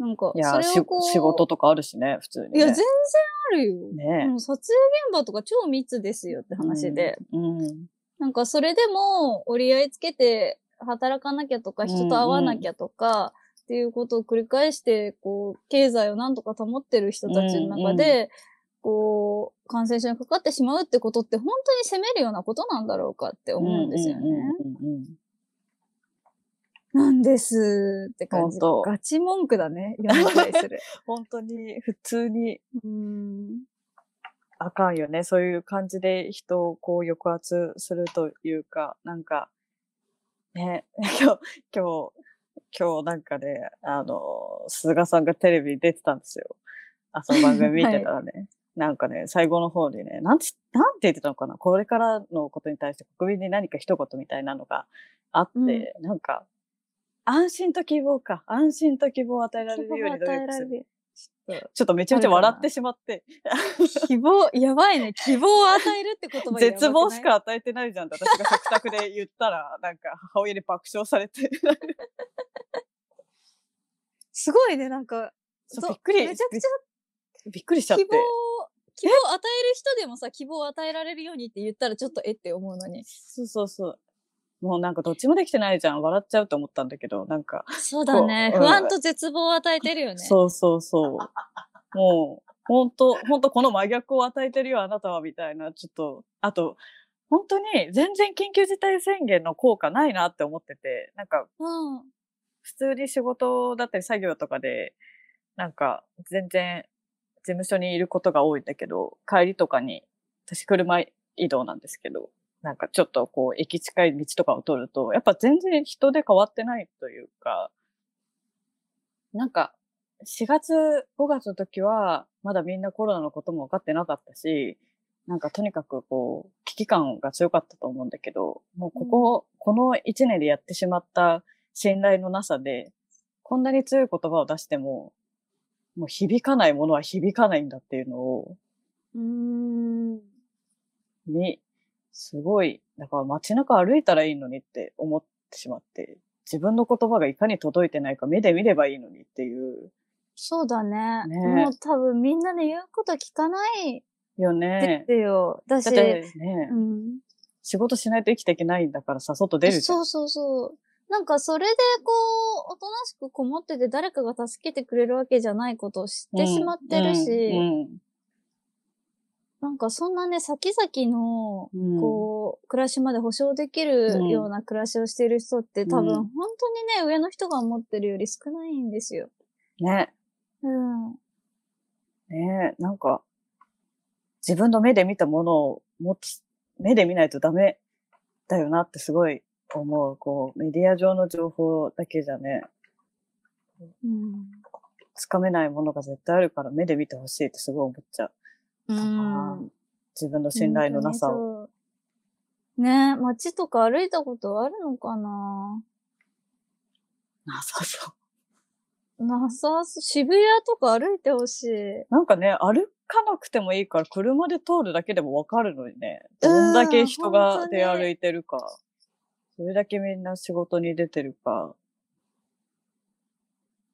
Speaker 1: なんか、
Speaker 2: い
Speaker 1: そ
Speaker 2: や、
Speaker 1: れ
Speaker 2: し
Speaker 1: をこう。
Speaker 2: 仕事とかあるしね、普通に、
Speaker 1: い
Speaker 2: ね。
Speaker 1: や、全然あるよ。
Speaker 2: ね
Speaker 1: もう撮影現場とか超密ですよって話で。
Speaker 2: うん。
Speaker 1: なんかそれでも折り合いつけて働かなきゃとか人と会わなきゃとかっていうことを繰り返して、こう、経済をなんとか保ってる人たちの中
Speaker 2: う
Speaker 1: で、こう、感染症にかかってしまうってことって本当に責めるようなことなんだろうかって思うんですよね。
Speaker 2: うんうんうんうん
Speaker 1: なんですって感じ。
Speaker 2: 本当
Speaker 1: ガチ文句だね。やめたりする。
Speaker 2: 本当に、普通に
Speaker 1: (laughs) うん。
Speaker 2: あかんよね。そういう感じで人をこう抑圧するというか、なんか、ね、 (laughs) 今日、今日、今日なんかね、あの、菅さんがテレビに出てたんですよ。朝の番組見てたらね。なんかね、最後の方にね、なんつ、なんて言ってたのかなこれからのことに対して国民に何か一言みたいなのがあって、なんか、安心と希望か。安心と希望を与えられるように努力する。
Speaker 1: そう
Speaker 2: ちょっとめちゃめちゃ笑ってしまって、
Speaker 1: 希望、やばいね。希望を与えるって言葉やばくない
Speaker 2: 絶望し。か与えてないじゃんって私が食卓で言ったら、 (laughs) なんか母親に爆笑されて、
Speaker 1: すごいね、なんか。
Speaker 2: そう
Speaker 1: そう
Speaker 2: びっくり
Speaker 1: めちゃくち
Speaker 2: (laughs) びっくりしちゃ
Speaker 1: ゃ
Speaker 2: って
Speaker 1: 希。望を、希望を与える人でもさ、希望を与えられるようにって言ったらちょっとえって思うのに。
Speaker 2: そうそうそう。もうなんかどっちもできてないじゃん。笑っちゃうと思ったんだけど、なんか、
Speaker 1: そうだね。
Speaker 2: うん
Speaker 1: 不安と絶望を与えてるよね。
Speaker 2: そうそうそう。もう、ほんと、ほんとこの真逆を与えてるよ、あなたは、みたいな、ちょっと、あと、本当に全然緊急事態宣言の効果ないなって思ってて、なんか、
Speaker 1: うん。
Speaker 2: 普通に仕事だったり作業とかで、なんか、全然、事務所にいることが多いんだけど、帰りとかに、私車移動なんですけど、なんかちょっとこう、駅近い道とかを通ると、やっぱ全然人で変わってないというか、なんか、4月、5月の時は、まだみんなコロナのことも分かってなかったし、なんかとにかくこう、危機感が強かったと思うんだけど、もうここ、この1年でやってしまった信頼のなさで、こんなに強い言葉を出しても、もう響かないものは響かないんだっていうのを、
Speaker 1: うーん。
Speaker 2: に、すごい、だから街中歩いたらいいのにって思ってしまって、自分の言葉がいかに届いてないか目で見ればいいのにっていう、
Speaker 1: そうだね。
Speaker 2: ねえ
Speaker 1: もう多分みんなで言うこと聞かない
Speaker 2: よ
Speaker 1: で
Speaker 2: ね。
Speaker 1: すよ。だ
Speaker 2: だ
Speaker 1: し、
Speaker 2: ってね
Speaker 1: う、ん。
Speaker 2: 仕事しないと生きていけないんだからさ、外出るじゃん。
Speaker 1: そうそうそう。なんかそれでこう、おとなしくこもってて誰かが助けてくれるわけじゃないことを知ってしまってるし、
Speaker 2: うん
Speaker 1: なんかそんなね、先々の、
Speaker 2: うんうん
Speaker 1: こう、暮らしまで保障できるような暮らしをしている人って多分、
Speaker 2: うん
Speaker 1: 本当にね、上の人が思ってるより少ないんですよ。
Speaker 2: ね、
Speaker 1: うん。
Speaker 2: ねなんか、自分の目で見たものを持つ、目で見ないとダメだよなってすごい思う。こう、メディア上の情報だけじゃね、
Speaker 1: うん。
Speaker 2: つかめないものが絶対あるから目で見てほしいってすごい思っちゃう。
Speaker 1: うん。
Speaker 2: 自分の信頼のなさを。
Speaker 1: 本当にそう。ねえ、街とか歩いたことあるのかな
Speaker 2: なさ (laughs) そう。
Speaker 1: なさそう、渋谷とか歩いてほしい。
Speaker 2: なんかね、歩かなくてもいいから車で通るだけでもわかるのにね、どんだけ
Speaker 1: う
Speaker 2: 人
Speaker 1: ん本
Speaker 2: が
Speaker 1: 当に
Speaker 2: 出歩いてるか、それだけみんな仕事に出てるか、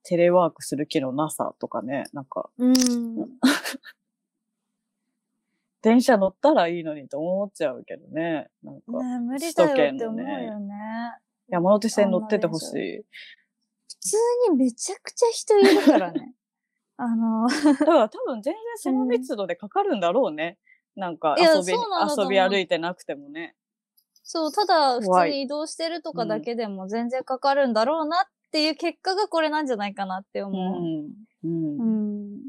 Speaker 2: テレワークする気のなさとかね、なんか、
Speaker 1: うん。
Speaker 2: 電車乗ったらいいのにと思っちゃうけどね、なんか、
Speaker 1: ね、無理
Speaker 2: 理
Speaker 1: だ
Speaker 2: だ
Speaker 1: よ
Speaker 2: よ
Speaker 1: っ
Speaker 2: ってて
Speaker 1: 思
Speaker 2: 思
Speaker 1: う
Speaker 2: う
Speaker 1: よ
Speaker 2: よ
Speaker 1: ね
Speaker 2: ね。山手線乗っててほしい。
Speaker 1: 普通にめちゃくちゃ人いるから
Speaker 2: (laughs)
Speaker 1: ね。あの、
Speaker 2: だから多分全然その密度でかかるんだろうね。なんか
Speaker 1: いや
Speaker 2: 遊びに
Speaker 1: そうなんだと思
Speaker 2: 遊
Speaker 1: う
Speaker 2: び歩いてなくてもね。
Speaker 1: そう、ただ普
Speaker 2: 怖
Speaker 1: 通
Speaker 2: い
Speaker 1: に移動してるとかだけでも全然かかるんだろうなっていう結果がこれなんじゃないかなって
Speaker 2: う
Speaker 1: 思
Speaker 2: ん。う。
Speaker 1: う。うん
Speaker 2: い
Speaker 1: ん。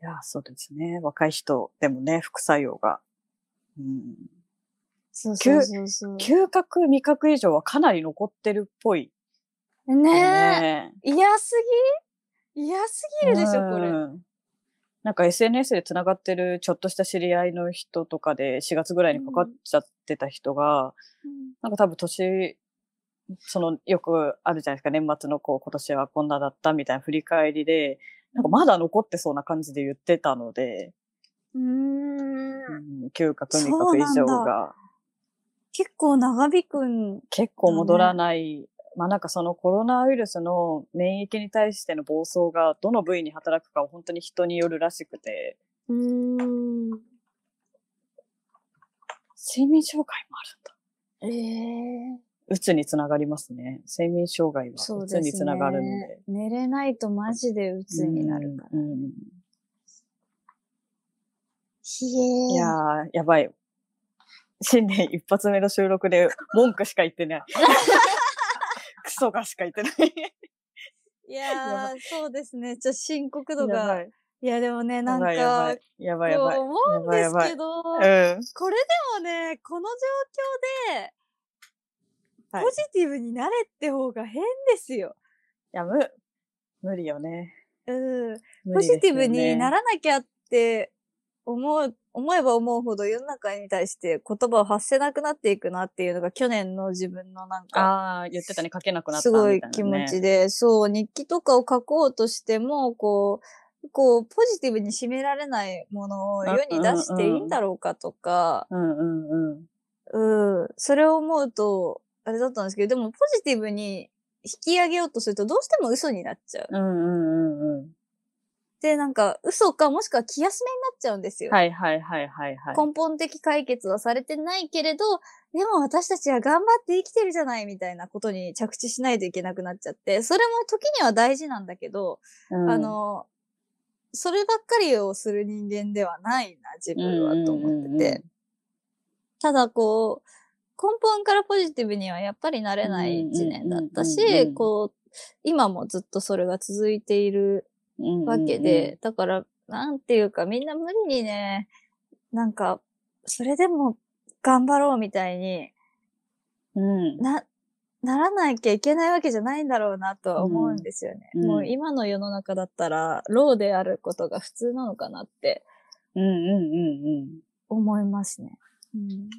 Speaker 2: や、そうですね。若い人でもね、副作用が。うん。
Speaker 1: そうそうそうそう。
Speaker 2: 嗅覚、味覚以上はかなり残ってるっぽい。
Speaker 1: ねえ。嫌すぎ嫌すぎるでしょ、これ。
Speaker 2: うんなんか SNS で繋がってるちょっとした知り合いの人とかで4月ぐらいにかかっちゃってた人が、なんか多分年、そのよくあるじゃないですか、年末のこう今年はこんなだったみたいな振り返りで、なんかまだ残ってそうな感じで言ってたので、
Speaker 1: うーん。
Speaker 2: うん嗅覚、味覚以上
Speaker 1: そうな
Speaker 2: が
Speaker 1: 結構長引くん。
Speaker 2: 結構戻らない、まあなんかそのコロナウイルスの免疫に対しての暴走がどの部位に働くかは本当に人によるらしくて、
Speaker 1: うーん。
Speaker 2: 睡眠障害もあるん
Speaker 1: え
Speaker 2: だ。
Speaker 1: え
Speaker 2: うつにつながりますね。睡眠障害はうつにつながるので。
Speaker 1: 寝れないとマジで鬱になるから。
Speaker 2: うんうん
Speaker 1: ひえ
Speaker 2: いやー、やばい。新年一発目の収録で文句しか言っ
Speaker 1: (laughs)
Speaker 2: てない。クソがしか言ってない。
Speaker 1: いやー、そうですね。ちょっと深刻度
Speaker 2: やば
Speaker 1: が。い
Speaker 2: い
Speaker 1: や、でもね、なん
Speaker 2: や
Speaker 1: か、
Speaker 2: ばいやばい。やばいやばい
Speaker 1: こう思うんです
Speaker 2: やばい
Speaker 1: け
Speaker 2: や
Speaker 1: ど、
Speaker 2: うん。
Speaker 1: これでもね、この状況で、
Speaker 2: は
Speaker 1: ポ
Speaker 2: い
Speaker 1: ジティブになれって方が変ですよ。
Speaker 2: いや、む、無理よね。
Speaker 1: うん。
Speaker 2: 無
Speaker 1: ポ
Speaker 2: 理ですよ
Speaker 1: ジ
Speaker 2: ね
Speaker 1: ティブにならなきゃって思う思えば思うほど世の中に対して言葉を発せなくなっていくなっていうのが去年の自分のなんか、
Speaker 2: ああ、言ってたね、書けなくなった
Speaker 1: す
Speaker 2: みた
Speaker 1: ご
Speaker 2: い
Speaker 1: い
Speaker 2: な、ね。
Speaker 1: 気持ちで、そう、日記とかを書こうとしても、こう、こう、ポジティブに締められないものを世に出していいんだろうかとか、
Speaker 2: うんうんうん。
Speaker 1: うん、それを思うと、あれだったんですけど、でもポジティブに引き上げようとするとどうしても嘘になっちゃう。
Speaker 2: うんうんうんう
Speaker 1: で、なんか嘘かもしくは気休めになっちゃうんですよ。
Speaker 2: ん。はいはいはいはいはい。
Speaker 1: 根本的解決はされてないけれど、でも私たちは頑張って生きてるじゃないみたいなことに着地しないといけなくなっちゃって、それも時には大事なんだけど、
Speaker 2: うん
Speaker 1: あ、の、そればっかりをする人間ではないな、自分はと思ってて。
Speaker 2: うんうんうんうん
Speaker 1: ただこう、根本からポジティブにはやっぱりなれない一年だった
Speaker 2: うんうんうんうんう
Speaker 1: し、
Speaker 2: ん
Speaker 1: こう、今もずっとそれが続いているわけで、だから、なんていうか、みんな無理にね、なんか、それでも頑張ろうみたいに
Speaker 2: うんうんうん、うん。
Speaker 1: な、ならなきゃいけないわけじゃないんだろうなとは思うんですよね。
Speaker 2: うんうん
Speaker 1: もう今の世の中だったら、ローであることが普通なのかなって
Speaker 2: うんうんうんうん。
Speaker 1: 思いますね。うん、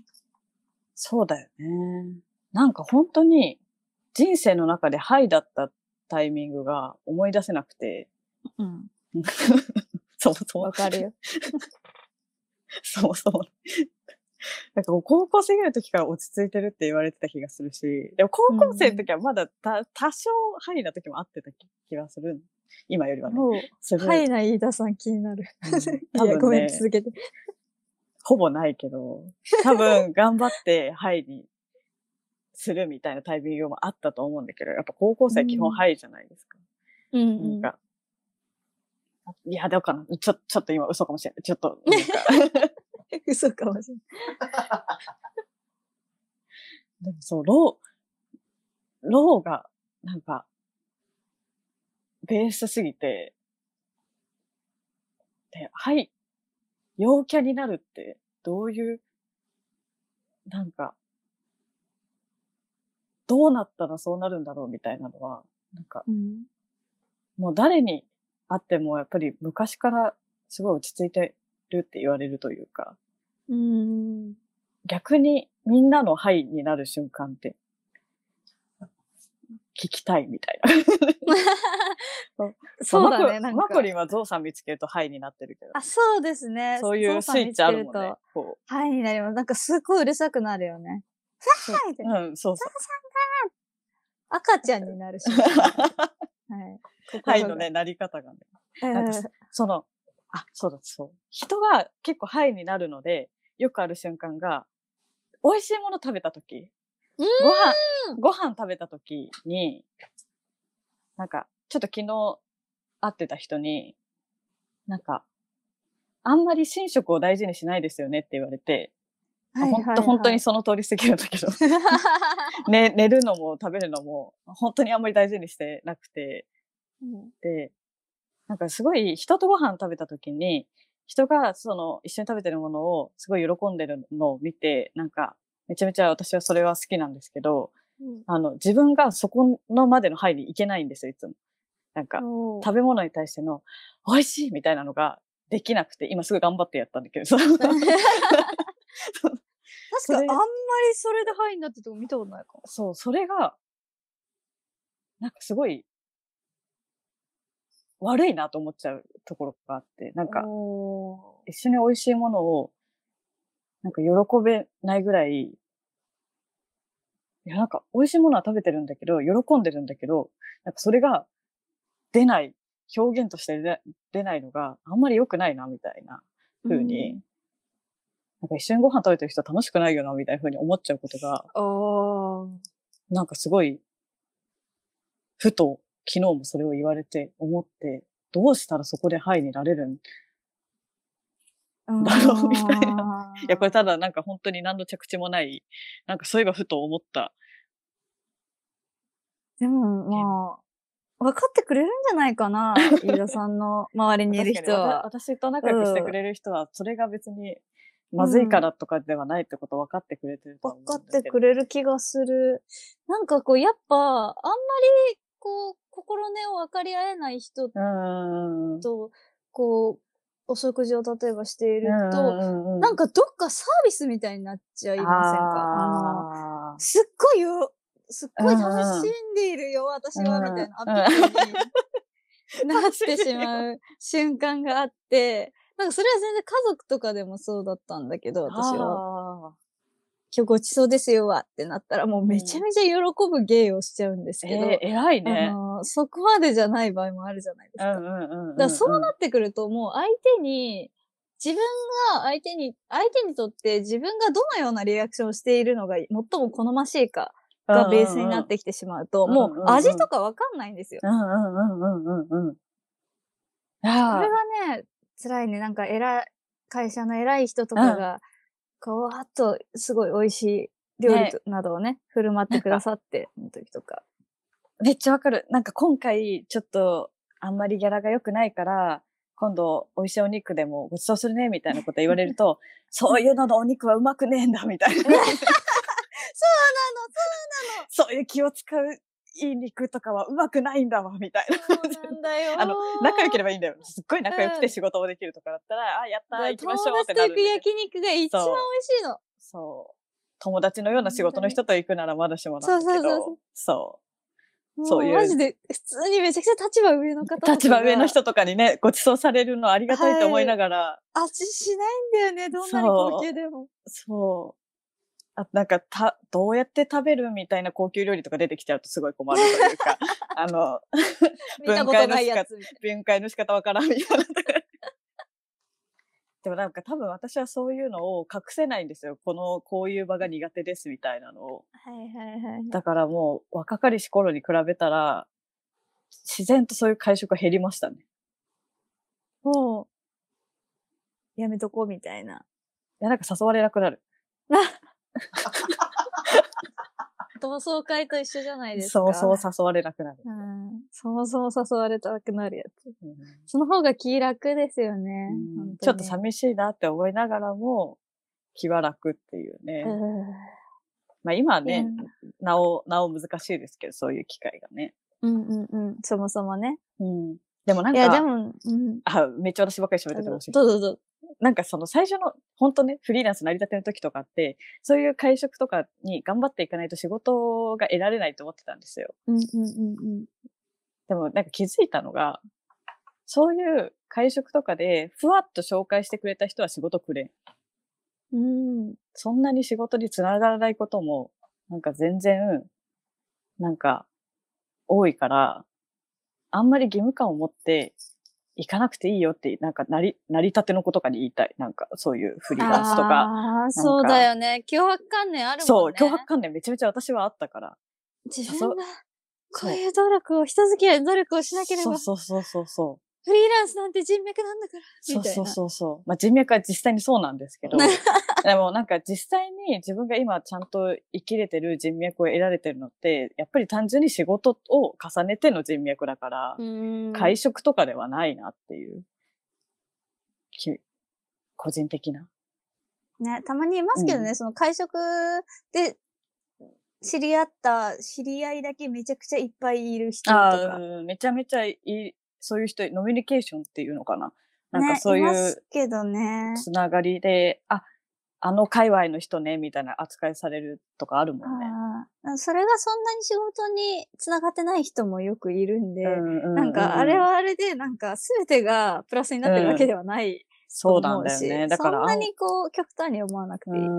Speaker 2: そうだよね。なんか本当に人生の中でハイだったタイミングが思い出せなくて、
Speaker 1: うん。
Speaker 2: そもそも (laughs)
Speaker 1: わ、かるよ。
Speaker 2: そもそも。なんかこう高校生ぐらいの時から落ち着いてるって言われてた気がするし、でも高校生の時はまだた、多少ハイな時もあってた気気がする。今よりはね。
Speaker 1: も
Speaker 2: す
Speaker 1: う、
Speaker 2: ごい。
Speaker 1: はいな飯田さん気になる。
Speaker 2: うん
Speaker 1: いや、
Speaker 2: 多
Speaker 1: ご
Speaker 2: 分
Speaker 1: めん、
Speaker 2: ね、
Speaker 1: 続けて。
Speaker 2: ほぼないけど、多分頑張ってハイにするみたいなタイミングもあったと思うんだけど、やっぱ高校生は基本ハイじゃないですか。
Speaker 1: うんうん。
Speaker 2: なんか、いや、どうかな。ちょ、ちょっと今嘘かもしれない。ちょっと、なんか
Speaker 1: 嘘かもしれない。
Speaker 2: でもそう、ロー、ローが、なんか、ベースすぎて、で、はい、陽キャになるって、どういう、なんか、どうなったらそうなるんだろうみたいなのは、なんか、
Speaker 1: うん
Speaker 2: もう誰に会ってもやっぱり昔からすごい落ち着いてるって言われるというか、
Speaker 1: うん。
Speaker 2: 逆にみんなのハイになる瞬間って、聞きたいみたいな。
Speaker 1: (laughs) そうだね、
Speaker 2: ま
Speaker 1: な
Speaker 2: あ
Speaker 1: ん
Speaker 2: マ
Speaker 1: か。
Speaker 2: コマコリンはゾウさん見つけるとハイになってるけど、
Speaker 1: あ、そうですね。
Speaker 2: そういうスイッチあるもんね。こ
Speaker 1: はい、になります。なんかすっごいうるさくなるよね。ファーって
Speaker 2: う。うん、そ
Speaker 1: (laughs)
Speaker 2: うそ
Speaker 1: 赤ちゃんになる
Speaker 2: (laughs)
Speaker 1: し。
Speaker 2: う。
Speaker 1: はい。
Speaker 2: ハイのね、なり方がね。
Speaker 1: うん。
Speaker 2: なんかその、あ、そうだ、そう。人が結構ハイになるので、よくある瞬間が、美味しいもの食べたとき、
Speaker 1: うん
Speaker 2: ご飯、ご飯食べたときに、なんか、ちょっと昨日会ってた人に、なんか、あんまり寝食を大事にしないですよねって言われて、
Speaker 1: はいはい
Speaker 2: 本当本当に。その通り過ぎるんだけど、 (laughs) ね、寝るのも食べるのも、本当にあんまり大事にしてなくて、
Speaker 1: うん
Speaker 2: で、なんかすごい人とご飯食べた時に、人がその一緒に食べてるものをすごい喜んでるのを見て、なんかめちゃめちゃ私はそれは好きなんですけど、あの自分がそこのまでの範囲に行けないんですよ、いつも。なんか
Speaker 1: おー
Speaker 2: 食べ物に対しての美味しいみたいなのができなくて、今すぐ頑張ってやったんだけど、そ
Speaker 1: (laughs)
Speaker 2: の
Speaker 1: 確
Speaker 2: そ
Speaker 1: か
Speaker 2: れ
Speaker 1: あんまりそれではいになってとこ見たことないかも。
Speaker 2: そう、それが、なんかすごい悪いなと思っちゃうところがあって、なんか
Speaker 1: お
Speaker 2: 一緒に美味しいものを、なんか喜べないぐらい、いや、なんか美味しいものは食べてるんだけど、喜んでるんだけど、なんかそれが出ない、表現として出出ないのがあんまり良くないな、みたいな
Speaker 1: ー
Speaker 2: 風に、。なんか一緒にご飯食べてる人は楽しくないよな、みたいな風に思っちゃうことが、
Speaker 1: あー
Speaker 2: なんかすごい、ふと昨日もそれを言われて思って、どうしたらそこでハイになれるん
Speaker 1: あ。
Speaker 2: だろうみたい
Speaker 1: な。
Speaker 2: (laughs) いや、これただなんか本当に何の着地もない、なんかそういえばふと思った。
Speaker 1: でも、まあ、分かってくれるんじゃないか
Speaker 2: (laughs)
Speaker 1: な、飯田さんの周りにいる人
Speaker 2: わた
Speaker 1: は。
Speaker 2: 私と仲良くしてくれる人は、それが別にまずいからとかではないってことを分かってくれてるとは思
Speaker 1: 分
Speaker 2: うん
Speaker 1: かっ
Speaker 2: です
Speaker 1: て
Speaker 2: けど。
Speaker 1: くれる気がする。なんかこう、やっぱ、あんまり、こう、心根を分かり合えない人
Speaker 2: うーん。
Speaker 1: と、こう、お食事を例えばしていると、
Speaker 2: な
Speaker 1: なんかどっかサービスみたいになっちゃいませんか
Speaker 2: あ
Speaker 1: あのすっごいよ、すっごい楽しんでいるよ、私は、みたいなアピールになってしまう瞬間があって、なんかそれは全然家族とかでもそうだったんだけど、
Speaker 2: ー
Speaker 1: 私は。
Speaker 2: あ
Speaker 1: 今日ごちそうですよわってなったらもうめちゃめちゃ喜ぶ芸をしちゃうんです
Speaker 2: ー。
Speaker 1: けど、
Speaker 2: えー、偉い
Speaker 1: あ
Speaker 2: ね。
Speaker 1: のーそこまでじゃない場合もあるじゃないですか。だからそうなってくるともう相手に、自分が相手に、相手にとって自分がどのようなリアクションをしているのが最も好ましいかがベースになっ。てきてしまうと、
Speaker 2: うんうんう
Speaker 1: も
Speaker 2: ん
Speaker 1: う味とかわかんないんですよ。
Speaker 2: うんうんうんうんうんうんうん。
Speaker 1: こ
Speaker 2: あ
Speaker 1: れ
Speaker 2: あ、
Speaker 1: がね、辛いね。なんか偉い、会社の偉い人とかが、こうわーっとすごい美味しい料理
Speaker 2: ね
Speaker 1: となどをね、振る舞ってくださって、の時とか。
Speaker 2: めっちゃわかる。なんか今回、ちょっと、あんまりギャラが良くないから、今度、美味しいお肉でもごちそうするね、みたいなこと言われ
Speaker 1: (laughs)
Speaker 2: ると、そういうののお肉はうまくねえんだ、みたいな。そういう気を使ういい肉とかはうまくないんだわ、みたいな。
Speaker 1: そうなんだよ。
Speaker 2: あの、仲良ければいいんだよ。すっごい仲良くて仕事もできるとかだったら、あ、やったー、行きましょうって
Speaker 1: 友
Speaker 2: な
Speaker 1: 達と行く
Speaker 2: るんだけど。
Speaker 1: 焼肉が一番美
Speaker 2: そう
Speaker 1: 味しいの。
Speaker 2: そう。友達のような仕事の人と行くならまだしもなんだ
Speaker 1: そう
Speaker 2: け
Speaker 1: そうそうそ
Speaker 2: ど、そ
Speaker 1: も
Speaker 2: そういう
Speaker 1: マジで、普通にめちゃくちゃ立場上の方と
Speaker 2: う。
Speaker 1: か
Speaker 2: (laughs) 立場上の
Speaker 1: が。
Speaker 2: 人とかに (laughs) ね、ご馳走されるのありがたいと思いながら、
Speaker 1: 味しないんだよね、どんなに高級でも。
Speaker 2: そう。あなんかた、どうやって食べるみたいな高級料理とか出てきちゃうとすごい困るという (laughs) か、あの、
Speaker 1: 見たことないやつ。
Speaker 2: 弁解の仕方わからんみたいな。 (laughs) でもなんか多分私はそういうのを隠せないんですよ。この、こういう場が苦手ですみたいなのを。
Speaker 1: はいはいはい。
Speaker 2: だからもう若かりし頃に比べたら、自然とそういう会食が減りましたね。
Speaker 1: もう、やめとこうみたいな。
Speaker 2: いや、なんか誘われなくなる。
Speaker 1: 同窓会と一緒じゃないですか。
Speaker 2: そうそう誘われなくなる。
Speaker 1: うん。そもそも誘われたくなるやつ。
Speaker 2: うん
Speaker 1: その方が気楽ですよね。本当に
Speaker 2: ちょっと寂しいなって思いながらも、気は楽っていうね。まあ今はね、なお、なお難しいですけど、そういう機会がね。
Speaker 1: うんうんうんうん。そもそもね。
Speaker 2: うん。でもなん
Speaker 1: い
Speaker 2: か、
Speaker 1: や、でも、うん。
Speaker 2: あ、めっちゃ私ばっかり喋ってて
Speaker 1: ど
Speaker 2: ほ
Speaker 1: う
Speaker 2: しい。
Speaker 1: ぞどうぞ。
Speaker 2: なんかその最初の、本当ね、フリーランス成り立ての時とかって、そういう会食とかに頑張っていかないと仕事が得られないと思ってたんですよ。
Speaker 1: うんうんうんうん。
Speaker 2: でもなんか気づいたのが、そういう会食とかで、ふわっと紹介してくれた人は仕事くれん。
Speaker 1: うん。
Speaker 2: そんなに仕事につながらないことも、なんか全然、なんか、多いから、あんまり義務感を持って、行かなくていいよって、なんか、なり、なりたての子とかに言いたい。なんか、そういうフリーランスとか。
Speaker 1: ああ、そうだよね。脅迫観念ある
Speaker 2: そ
Speaker 1: も
Speaker 2: う、
Speaker 1: んね。
Speaker 2: 脅迫観念めちゃめちゃ私はあったから。
Speaker 1: 自分が、こ
Speaker 2: そう
Speaker 1: ういう努力を、人付き合いの努力をしなけれ
Speaker 2: そ
Speaker 1: ば
Speaker 2: う、そうそうそうそう。
Speaker 1: フリーランスなんて人脈なんだから、
Speaker 2: そ
Speaker 1: み
Speaker 2: う
Speaker 1: たいな。
Speaker 2: そうそうそう。まあ人脈は実際にそうなんです
Speaker 1: (laughs)
Speaker 2: けど、でもなんか実際に自分が今ちゃんと生きれてる人脈を得られてるのって、やっぱり単純に仕事を重ねての人脈だから、
Speaker 1: うん。
Speaker 2: 会食とかではないなっていう、き個人的な。
Speaker 1: ね、たまにいますけどね、
Speaker 2: う
Speaker 1: その会食で知り合った知り合いだけめちゃくちゃいっぱいいる人と
Speaker 2: あ
Speaker 1: か。
Speaker 2: ーうんめちゃめちゃいい、そういう人、ノミュニケーションっていうのかな。なん
Speaker 1: ね
Speaker 2: か、そうい
Speaker 1: ま
Speaker 2: う
Speaker 1: すけどね。
Speaker 2: つながりで、あ、あの界隈の人ね、みたいな扱いされるとかあるもんね。
Speaker 1: あーそれがそんなに仕事に繋がってない人もよくいるんで、
Speaker 2: な
Speaker 1: なんかあれはあれで、なんか全てがプラスになってるわけではないと
Speaker 2: そうな
Speaker 1: 思
Speaker 2: ん
Speaker 1: う
Speaker 2: だよ
Speaker 1: し、
Speaker 2: ね。だ
Speaker 1: そ
Speaker 2: から、
Speaker 1: んなにこう極端に思わなくていい。
Speaker 2: う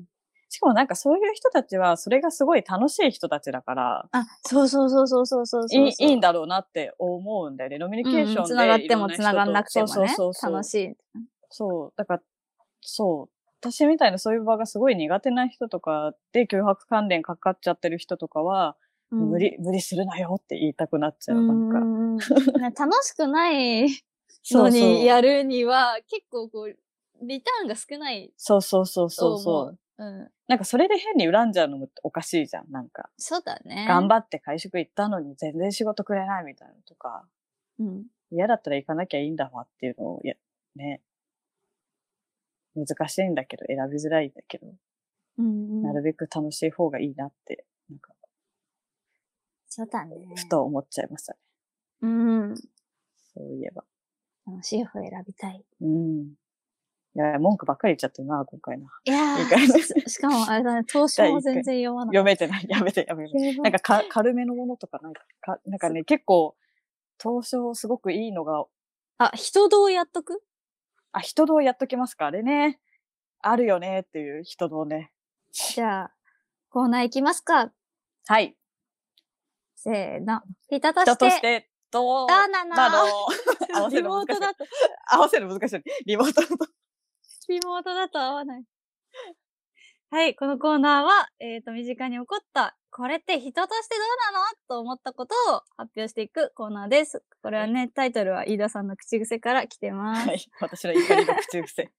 Speaker 2: ん。しかもなんかそういう人たちは、それがすごい楽しい人たちだから、
Speaker 1: あ、そうそうそうそうそうそうそう
Speaker 2: いいいいんだろうなって思うんだよね。ノミュニケーションで、
Speaker 1: つながってもつながんなくてもね、
Speaker 2: いろんな人とそうそうそうそう
Speaker 1: 楽しい。
Speaker 2: そう。だから、そう。私みたいなそういう場がすごい苦手な人とかで、脅迫関連かかっちゃってる人とかは、
Speaker 1: うん
Speaker 2: 無理、無理するなよって言いたくなっちゃう。
Speaker 1: う
Speaker 2: なんか。
Speaker 1: んうんうんね楽しくない
Speaker 2: (laughs) そ
Speaker 1: の
Speaker 2: うそう
Speaker 1: に。やるには、結構こう、リターンが少ない
Speaker 2: そうそうそ
Speaker 1: と
Speaker 2: うそう
Speaker 1: 思う。
Speaker 2: そうう。
Speaker 1: ん、
Speaker 2: なんかそれで変に恨んじゃうのもおかしいじゃん。なんか。
Speaker 1: そうだね。
Speaker 2: 頑
Speaker 1: っ
Speaker 2: 張って会食行ったのに全然仕事くれないみたいなのとか、
Speaker 1: うん、
Speaker 2: 嫌だったら行かなきゃいいんだわっていうのを、いや、ね。難しいんだけど、選びづらいんだけど、
Speaker 1: うんう。
Speaker 2: なんるべく楽しい方がいいなって、なんか、
Speaker 1: そうだね。
Speaker 2: ふと思っちゃいましたね。
Speaker 1: うん。
Speaker 2: そういえば。
Speaker 1: 楽しい方選びたい。
Speaker 2: うん。いや、文句ばっかり言っちゃってるな、今回な。
Speaker 1: いや
Speaker 2: いい感じ
Speaker 1: ー、しかもあれだね、投資も全然読まない。
Speaker 2: 読めてない、 (laughs) やめて、やめて。なんかか軽めのものとかないかか、なんかね、結構、当初すごくいいのが、
Speaker 1: あ、人道やっとく
Speaker 2: あ、人道やっときますか、あれね。あるよねっていう人道ね。
Speaker 1: じゃあ、コーナー行きますか。
Speaker 2: はい。
Speaker 1: せーの。ピタと
Speaker 2: 人
Speaker 1: し、
Speaker 2: としてて、どう
Speaker 1: バナナ。
Speaker 2: なの合わせ
Speaker 1: リ
Speaker 2: る
Speaker 1: モ
Speaker 2: の
Speaker 1: ート
Speaker 2: 難し
Speaker 1: だ
Speaker 2: い。合わせるの難しい。リモートだと。
Speaker 1: リモートだと合わない。はい、このコーナーは、えっ、と、身近に起こった、これって人としてどうなのと思ったことを発表していくコーナーです。これはね、タイトルは飯田さんの口癖から来てます。
Speaker 2: は
Speaker 1: はい、
Speaker 2: い。私の怒りの口癖。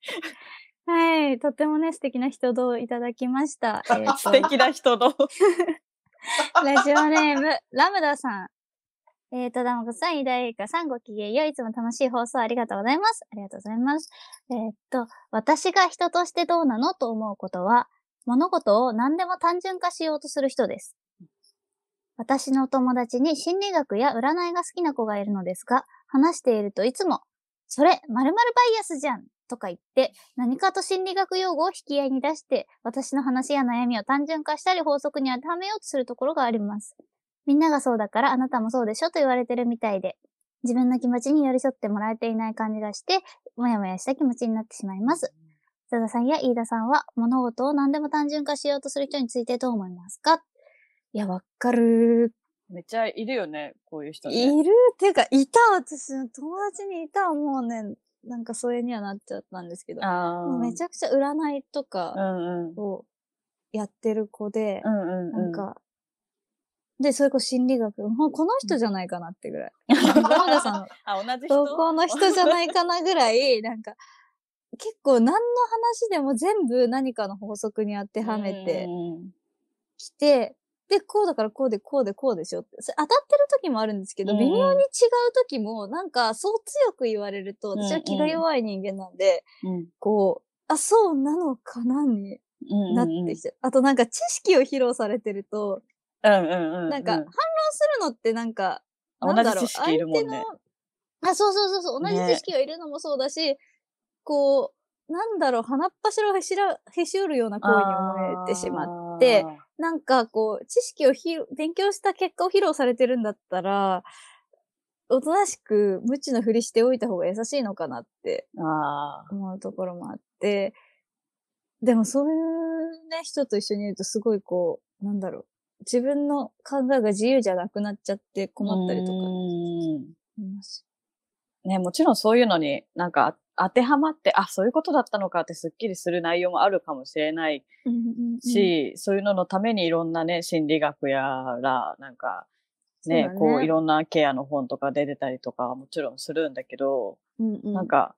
Speaker 1: とってもね、素敵な人道をいただきま (laughs) した。えーと
Speaker 2: 素敵な人道。
Speaker 1: (laughs) ラジオネーム、ラムダさん。えーと、ダマコさん、イダエリカさん、ごきげんよう。いつも楽しい放送ありがとうございます。ありがとうございます。えーと、私が人としてどうなのと思うことは、物事を何でも単純化しようとする人です。私のお友達に心理学や占いが好きな子がいるのですが、話しているといつも、それ、〇〇バイアスじゃんとか言って、何かと心理学用語を引き合いに出して、私の話や悩みを単純化したり法則に当てはめようとするところがあります。みんながそうだからあなたもそうでしょと言われてるみたいで、自分の気持ちに寄り添ってもらえていない感じがして、もやもやした気持ちになってしまいます。津田さんや飯田さんは物事を何でも単純化しようとする人についてどう思いますかいや、わかる
Speaker 2: めっちゃいるよね、こういう人
Speaker 1: ー。
Speaker 2: ね。
Speaker 1: いるっていうか、いた私の友達にいたもうね、なんかそれにはなっちゃったんですけど。
Speaker 2: ああ。
Speaker 1: めちゃくちゃ占いとか、
Speaker 2: うんうん。
Speaker 1: をやってる子で
Speaker 2: う、んうんう
Speaker 1: なん
Speaker 2: ん。 (laughs)
Speaker 1: か、で、それこそ心理学、もうこの人じゃないかなってぐらい。 (laughs) 浜田さんの
Speaker 2: あ、同じ人
Speaker 1: 同行の人じゃないかなぐらい、なんか、結構何の話でも全部何かの法則に当てはめて
Speaker 2: うんうん
Speaker 1: きて、で、こうだからこうでこうでこうでしょって。それ当たってる時もあるんですけど、
Speaker 2: うん
Speaker 1: 微妙に違う時も、なんかそう強く言われると、私は気が弱い人間なんで、
Speaker 2: うん。
Speaker 1: こう、あ、そうなのかなに
Speaker 2: うん
Speaker 1: なってきちゃう。あとなんか知識を披露されてると、
Speaker 2: うんうんうん。
Speaker 1: なんか反論するのってなんか、
Speaker 2: 同
Speaker 1: なんだろう
Speaker 2: じ知識いるもんね。。
Speaker 1: あ、そうそうそうそう、同じ
Speaker 2: ね
Speaker 1: 知識がいるのもそうだし、こう、なんだろう、鼻っ柱をへしら、へし折るような行為に思えてしまう。
Speaker 2: ま
Speaker 1: ってなんかこう、知識をひろ勉強した結果を披露されてるんだったら、おとなしく無知のふりしておいた方が優しいのかなって
Speaker 2: あー
Speaker 1: 思うところもあって、でもそういうね、人と一緒にいるとすごいこう、なんだろう。自分の考えが自由じゃなくなっちゃって困ったりとか
Speaker 2: うーん
Speaker 1: あります。
Speaker 2: ね、もちろんそういうのになんか当てはまって、あ、そういうことだったのかってすっきりする内容もあるかもしれない
Speaker 1: うんうんうん
Speaker 2: し、そういうののためにいろんなね、心理学やら、なんかね、
Speaker 1: そうだね
Speaker 2: こういろんなケアの本とか出てたりとかはもちろんするんだけど、
Speaker 1: うんうん
Speaker 2: なんか、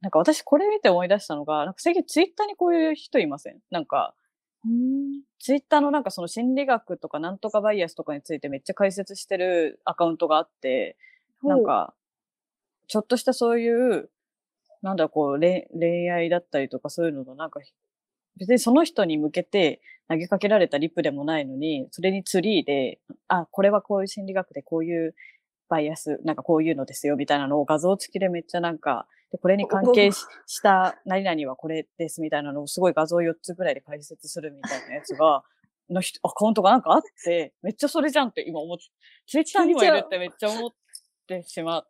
Speaker 2: なんか私これ見て思い出したのが、なんか最近ツイッターにこういう人いませんなんか、
Speaker 1: うん
Speaker 2: ツイッターのなんかその心理学とかなんとかバイアスとかについてめっちゃ解説してるアカウントがあって、なんか、ちょっとしたそういう、なんだろうこう恋、恋愛だったりとかそういうののなんか、別にその人に向けて投げかけられたリプでもないのに、それにツリーで、あ、これはこういう心理学でこういうバイアス、なんかこういうのですよみたいなのを画像付きでめっちゃなんか、でこれに関係しした何々はこれですみたいなのをすごい画像4つぐらいで解説するみたいなやつが、 (laughs) の人アカウントがなんかあって、めっちゃそれじゃんって今思って、ツイッターにもいるってめっちゃ思ってしまう。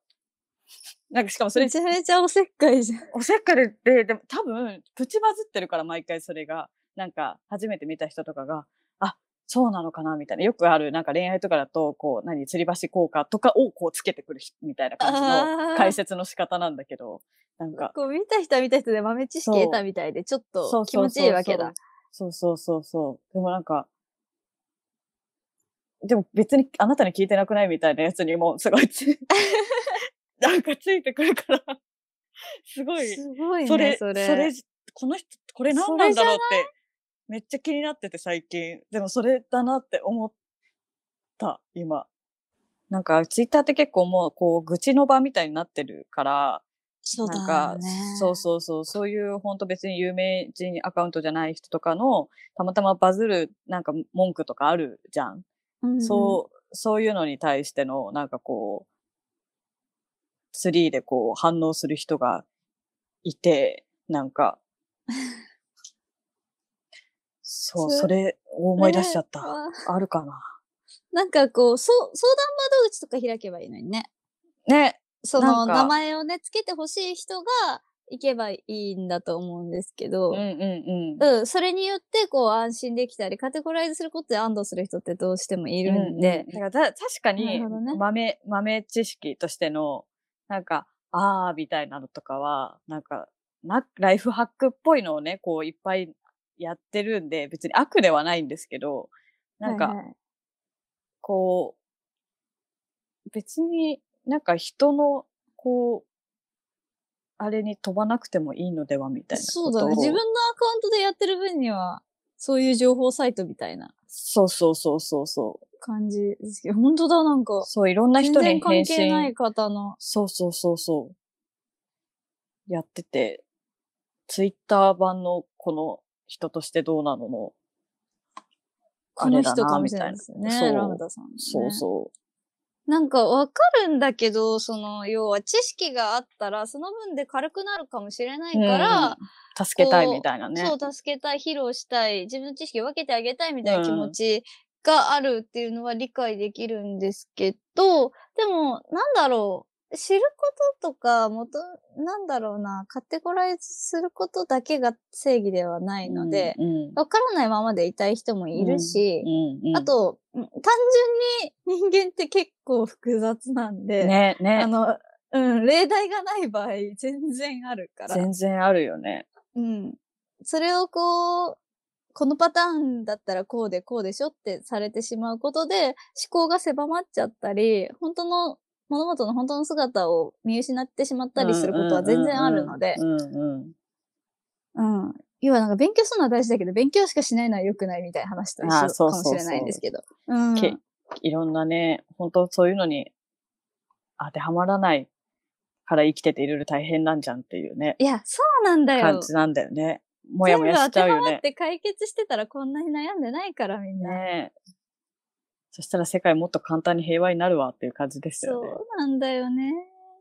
Speaker 2: なんかしかもそれ
Speaker 1: めちゃめちゃおせっかいじゃん。
Speaker 2: おせっかいで、でも多分、プチバズってるから毎回それが、なんか初めて見た人とかが、あ、そうなのかなみたいな。よくある、なんか恋愛とかだと、こう、何、吊り橋効果とかをこうつけてくるひみたいな感じの
Speaker 1: あー
Speaker 2: 解説の仕方なんだけど、なんか、
Speaker 1: (laughs) こう見た人は見た人で豆知識
Speaker 2: そう
Speaker 1: 得たみたいで、ちょっ
Speaker 2: そ
Speaker 1: と
Speaker 2: う
Speaker 1: 気持ちいいわけだ。。
Speaker 2: そうそうそうそう。でもなんか、でも別にあなたに聞いてなくないみたいなやつにもすご
Speaker 1: (laughs)
Speaker 2: いつ、なんかついてくるから、すごい、
Speaker 1: すごいね、
Speaker 2: そ
Speaker 1: それ
Speaker 2: れ、。それ、この人、これ何
Speaker 1: そ
Speaker 2: な
Speaker 1: れ
Speaker 2: ん
Speaker 1: じ
Speaker 2: だ
Speaker 1: ゃ
Speaker 2: ろ
Speaker 1: な
Speaker 2: う
Speaker 1: い
Speaker 2: って、めっちゃ気になってて最近。でもそれだなって思った、今。なんか、ツイッターって結構もう、こう、愚痴の場みたいになってるから、
Speaker 1: そうだ
Speaker 2: なん
Speaker 1: よ
Speaker 2: か、
Speaker 1: ね。
Speaker 2: そうそうそう、そういう本当別に有名人アカウントじゃない人とかの、たまたまバズるなんか文句とかあるじゃん。
Speaker 1: うんうん
Speaker 2: そう、そういうのに対しての、なんかこ3でこう反応する人がいて、なんか、そう、
Speaker 1: そ
Speaker 2: それを思い出しちゃっ
Speaker 1: (laughs)
Speaker 2: た。
Speaker 1: あー
Speaker 2: あるかな。
Speaker 1: なんかこう、そう相談窓口とか開けばいいのにね。
Speaker 2: ね。
Speaker 1: そ
Speaker 2: な
Speaker 1: の
Speaker 2: んか
Speaker 1: 名前をね、つけてほしい人が行けばいいんだと思うんですけど、
Speaker 2: う
Speaker 1: うんん、
Speaker 2: うんうん。
Speaker 1: それによってこう安心できたり、カテゴライズすることで安堵する人ってどうしてもいるんで、
Speaker 2: うんうんだからた確かに
Speaker 1: なるほどね
Speaker 2: 豆、豆知識としての、なんか、あーみたいなのとかは、なんか、な、ライフハックっぽいのをね、こういっぱいやってるんで、別に悪ではないんですけど、なんか、
Speaker 1: はいはい
Speaker 2: こう、別になんか人の、こう、あれに飛ばなくてもいいのではみたいなこと
Speaker 1: そ
Speaker 2: を。
Speaker 1: うだね。自分のアカウントでやってる分には、そういう情報サイトみたいな
Speaker 2: そうそうそうそうそう。
Speaker 1: 感じですけど、本当だ、なんか。
Speaker 2: そう、いろんな
Speaker 1: 全
Speaker 2: 人に
Speaker 1: 然
Speaker 2: 返
Speaker 1: 関係ない
Speaker 2: 信。
Speaker 1: 方の。
Speaker 2: そうそうそうそう。やってて、ツイッター版のこの人としてどうなのの、
Speaker 1: この人かもしれないですよ
Speaker 2: あれだなみたい
Speaker 1: ね。
Speaker 2: なそう
Speaker 1: ラムダさん、ね。
Speaker 2: そうそう。
Speaker 1: なんかわかるんだけど、その、要は知識があったら、その分で軽くなるかもしれないから、
Speaker 2: うん、助けたいみたいなね。
Speaker 1: そう、助けたい、披露したい、自分の知識を分けてあげたいみたいな気持ちがあるっていうのは理解できるんですけど、でも、なんだろう、知ることとか、もと、なんだろうな、カテゴライズすることだけが正義ではないので、
Speaker 2: うんうん
Speaker 1: わからないままでいたい人もいるし、
Speaker 2: うんうん
Speaker 1: あと、うん単純に人間って結構複雑なんで、
Speaker 2: ね、ね
Speaker 1: あ。の、うん、例題がない場合、全然あるから。
Speaker 2: 全然あるよね。
Speaker 1: うん。それをこう、このパターンだったらこうでこうでしょってされてしまうことで、思考が狭まっちゃったり、本当の、物事の本当の姿を見失ってしまったりすることは全然あるので
Speaker 2: う、んうん
Speaker 1: うん。要はなんか勉強するのは大事だけど、勉強しかしないのは良くないみたいな話と一
Speaker 2: あーそ
Speaker 1: 緒
Speaker 2: う
Speaker 1: か
Speaker 2: そう
Speaker 1: も
Speaker 2: そ
Speaker 1: し
Speaker 2: う
Speaker 1: れないんですけど。うん。
Speaker 2: けいろんなね、本当そういうのに当てはまらないから生きてていろいろ大変なんじゃんっていうね、
Speaker 1: いや、そうなんだ
Speaker 2: 感
Speaker 1: よ。
Speaker 2: じなんだよね。もやもやしちゃうよ
Speaker 1: 全部当てはまっ
Speaker 2: ね。
Speaker 1: て解決してたらこんなに悩んでないからみんな。
Speaker 2: ねえそしたら世界もっと簡単に平和になるわっていう感じですよね。
Speaker 1: そうなんだよね。っ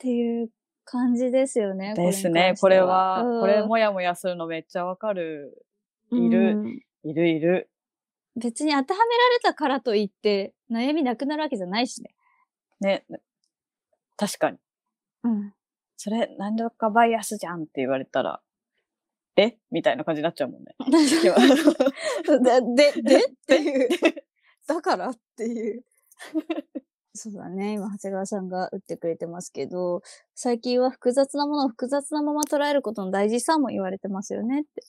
Speaker 1: ていう感じですよね。
Speaker 2: ですね。これは、これ
Speaker 1: も
Speaker 2: もやもやするのめっちゃわかる。いるいるいる。
Speaker 1: 別に当てはめられたからといって、悩みなくなるわけじゃないしね。
Speaker 2: ね。確かに。
Speaker 1: うん。
Speaker 2: それ、何度かバイアスじゃんって言われたら、えみたいな感じになっちゃうも
Speaker 1: (laughs)
Speaker 2: んね。では
Speaker 1: で、で、
Speaker 2: (laughs)
Speaker 1: でっていう。 (laughs) だからっていう。そうだね。今、長谷川さんが打ってくれてますけど、最近は複雑なものを複雑なまま捉えることの大事さも言われてますよねって。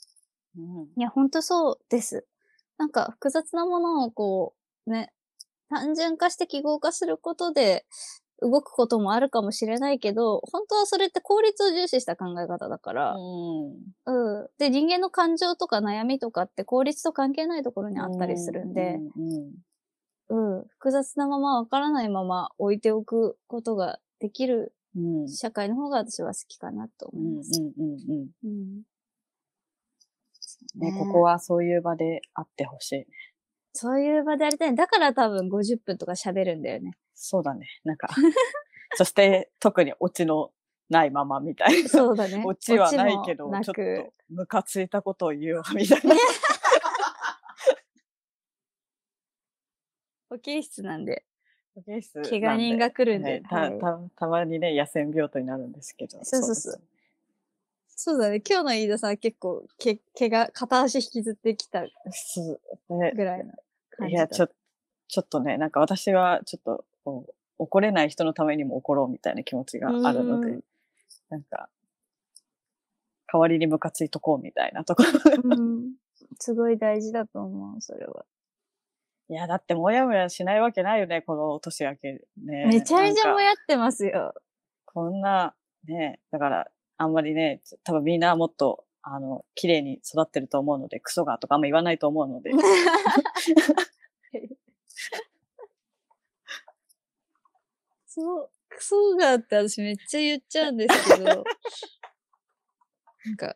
Speaker 2: うん
Speaker 1: いや、ほんとそうです。なんか複雑なものをこう、ね、単純化して記号化することで動くこともあるかもしれないけど、本当はそれって効率を重視した考え方だから、
Speaker 2: うん
Speaker 1: うん。で、人間の感情とか悩みとかって効率と関係ないところにあったりするんで、
Speaker 2: ううん
Speaker 1: うん、複雑なままわからないまま置いておくことができる
Speaker 2: うんうん
Speaker 1: 社会の方が私は好きかなと
Speaker 2: う
Speaker 1: 思い
Speaker 2: ん
Speaker 1: ます。
Speaker 2: うんうん
Speaker 1: うん。
Speaker 2: ね、ここはそういう場であってほしい。
Speaker 1: そういう場でやりたい。だから多分50分とか喋るんだよね。
Speaker 2: そうだね。なんか、そして特にオチのないままみたいな。
Speaker 1: そうだね。
Speaker 2: (laughs) オチはないけ
Speaker 1: オ
Speaker 2: ど
Speaker 1: チも、な
Speaker 2: ちょっ
Speaker 1: く
Speaker 2: とムカついたことを言うわみたいな。
Speaker 1: 保健室なんで、
Speaker 2: ケースなんで
Speaker 1: 怪我人が来るんで
Speaker 2: ね。た
Speaker 1: はい
Speaker 2: たたまにね、野戦病棟になるんですけど。
Speaker 1: そうそうそう
Speaker 2: です
Speaker 1: そうだね。今日の飯田さんは結構、け、怪我、片足引きずってきた
Speaker 2: そうね
Speaker 1: ぐらいの感
Speaker 2: い
Speaker 1: じだ
Speaker 2: や、
Speaker 1: った。
Speaker 2: ちょ、ちょっとね、なんか私はちょっとこう、怒れない人のためにも怒ろうみたいな気持ちがあるの
Speaker 1: う
Speaker 2: で、なんか、代わりにムカついとこうみたいなところ。
Speaker 1: うん。すごい大事だと思う、それは。
Speaker 2: いや、だってもやもやしないわけないよね、この年明けね。
Speaker 1: めちゃめちゃも
Speaker 2: なんか
Speaker 1: やってますよ。
Speaker 2: こんな、ね、だから、あんまりね、多分みんなもっと、あの、綺麗に育ってると思うので、クソがとかあんま言わないと思うの
Speaker 1: (laughs)
Speaker 2: で、
Speaker 1: そう、クソがあって私めっ (laughs) ちゃ言っちゃうんですけど。なんか、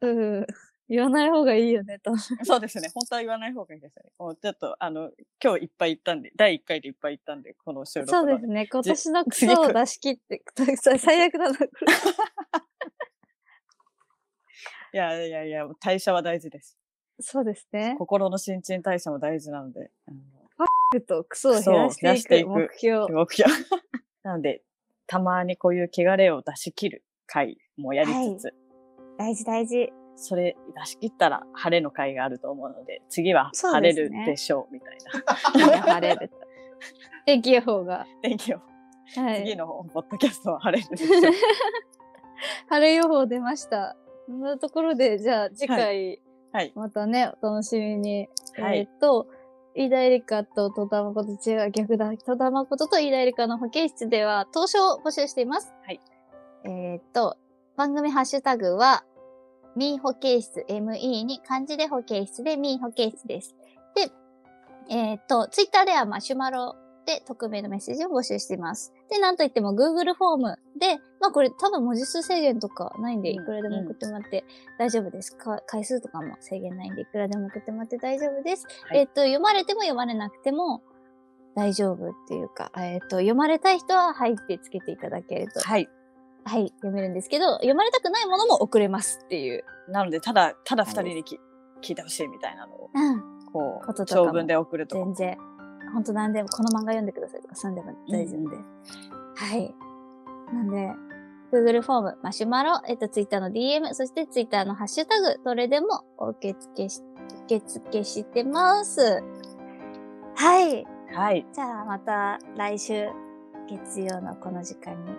Speaker 1: うん。言わない方がいいよね、と。
Speaker 2: そうですね。本当は言わない方がいいですね。もうちょっと、あの、今日いっぱい行ったんで、第1回でいっぱい行ったんで、この収録
Speaker 1: そ
Speaker 2: ま
Speaker 1: う
Speaker 2: で。
Speaker 1: ですね。今
Speaker 2: じ
Speaker 1: 年のクソを出し切って、最悪だな。
Speaker 2: いやいやいや、代謝は大事です。
Speaker 1: そうですね。
Speaker 2: 心の新陳代謝も大事なので、あ
Speaker 1: クとクソを減らしてい
Speaker 2: そう減らしてい
Speaker 1: く
Speaker 2: く
Speaker 1: 目標
Speaker 2: の。目標。 (laughs) なので、たまにこういう汚れを出し切る回もやりつつ、
Speaker 1: 大事大
Speaker 2: (laughs)
Speaker 1: 事。
Speaker 2: それ出し切ったら晴れの回があると思うので、次は
Speaker 1: そう
Speaker 2: 晴
Speaker 1: で
Speaker 2: れ
Speaker 1: すね
Speaker 2: るでしょう、みた
Speaker 1: (laughs)
Speaker 2: い
Speaker 1: 晴れる。天気予報が。
Speaker 2: な。天気を。
Speaker 1: は
Speaker 2: 次
Speaker 1: い。
Speaker 2: のポッドキャストは晴れるでしょう。
Speaker 1: 晴れ予報出ました。そんなところで、じゃあ次回、
Speaker 2: はい。
Speaker 1: またね、お楽しみに。
Speaker 2: はい
Speaker 1: えーっと、飯田エリカと戸田誠違う逆だ。戸田誠と飯田エリカの保健室では、投書を募集しています。
Speaker 2: はい。
Speaker 1: えーっと、番組ハッシュタグは、ミー保健室、ME に漢字で保健室で、ミー保健室です。で、えーっと、ツイッターではマシュマロで匿名のメッセージを募集しています。で、なんといっても Google フォームで、まあこれ多分文字数制限とかないんで、
Speaker 2: う
Speaker 1: い
Speaker 2: ん
Speaker 1: くらでも送ってもらって大丈夫です。か回数とかも制限ないんで、いくらでも送ってもらって大丈夫です。
Speaker 2: はい
Speaker 1: えっと、読まれても読まれなくても大丈夫っていうか、えっと、読まれたい人は入ってつけていただけると、
Speaker 2: はい。
Speaker 1: はい、読めるんですけど、読まれたくないものも送れますっていう、
Speaker 2: なので、ただ、ただ二人にき聞いてほしいみたいなのを、
Speaker 1: うん、
Speaker 2: こ
Speaker 1: こと
Speaker 2: う、
Speaker 1: とかも
Speaker 2: 長文で送るとか
Speaker 1: 全然、ほんと何でも、この漫画読んでくださいとか、そんでも大丈夫で。はい。なんで、Google フォーム、マシュマロ、えっと、Twitter の DM、そして Twitter のハッシュタグ、どれでもお受け付けし、受け付けしてます。はい。
Speaker 2: はい。
Speaker 1: じゃあまた来週月曜のこの時間に。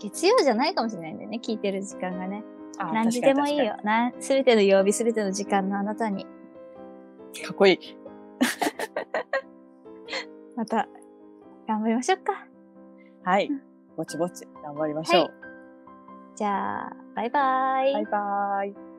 Speaker 1: 月曜じゃないかもしれないんだよね、聞いてる時間がね。
Speaker 2: あ
Speaker 1: 何時でもいい。よ。すべての曜日、すべての時間のあなたに。
Speaker 2: 確かに確かにかっこいい。
Speaker 1: また頑張りましょうか。
Speaker 2: はい。ぼちぼち頑張りましょう。
Speaker 1: じゃあ、バイバイ。
Speaker 2: バイバーイ。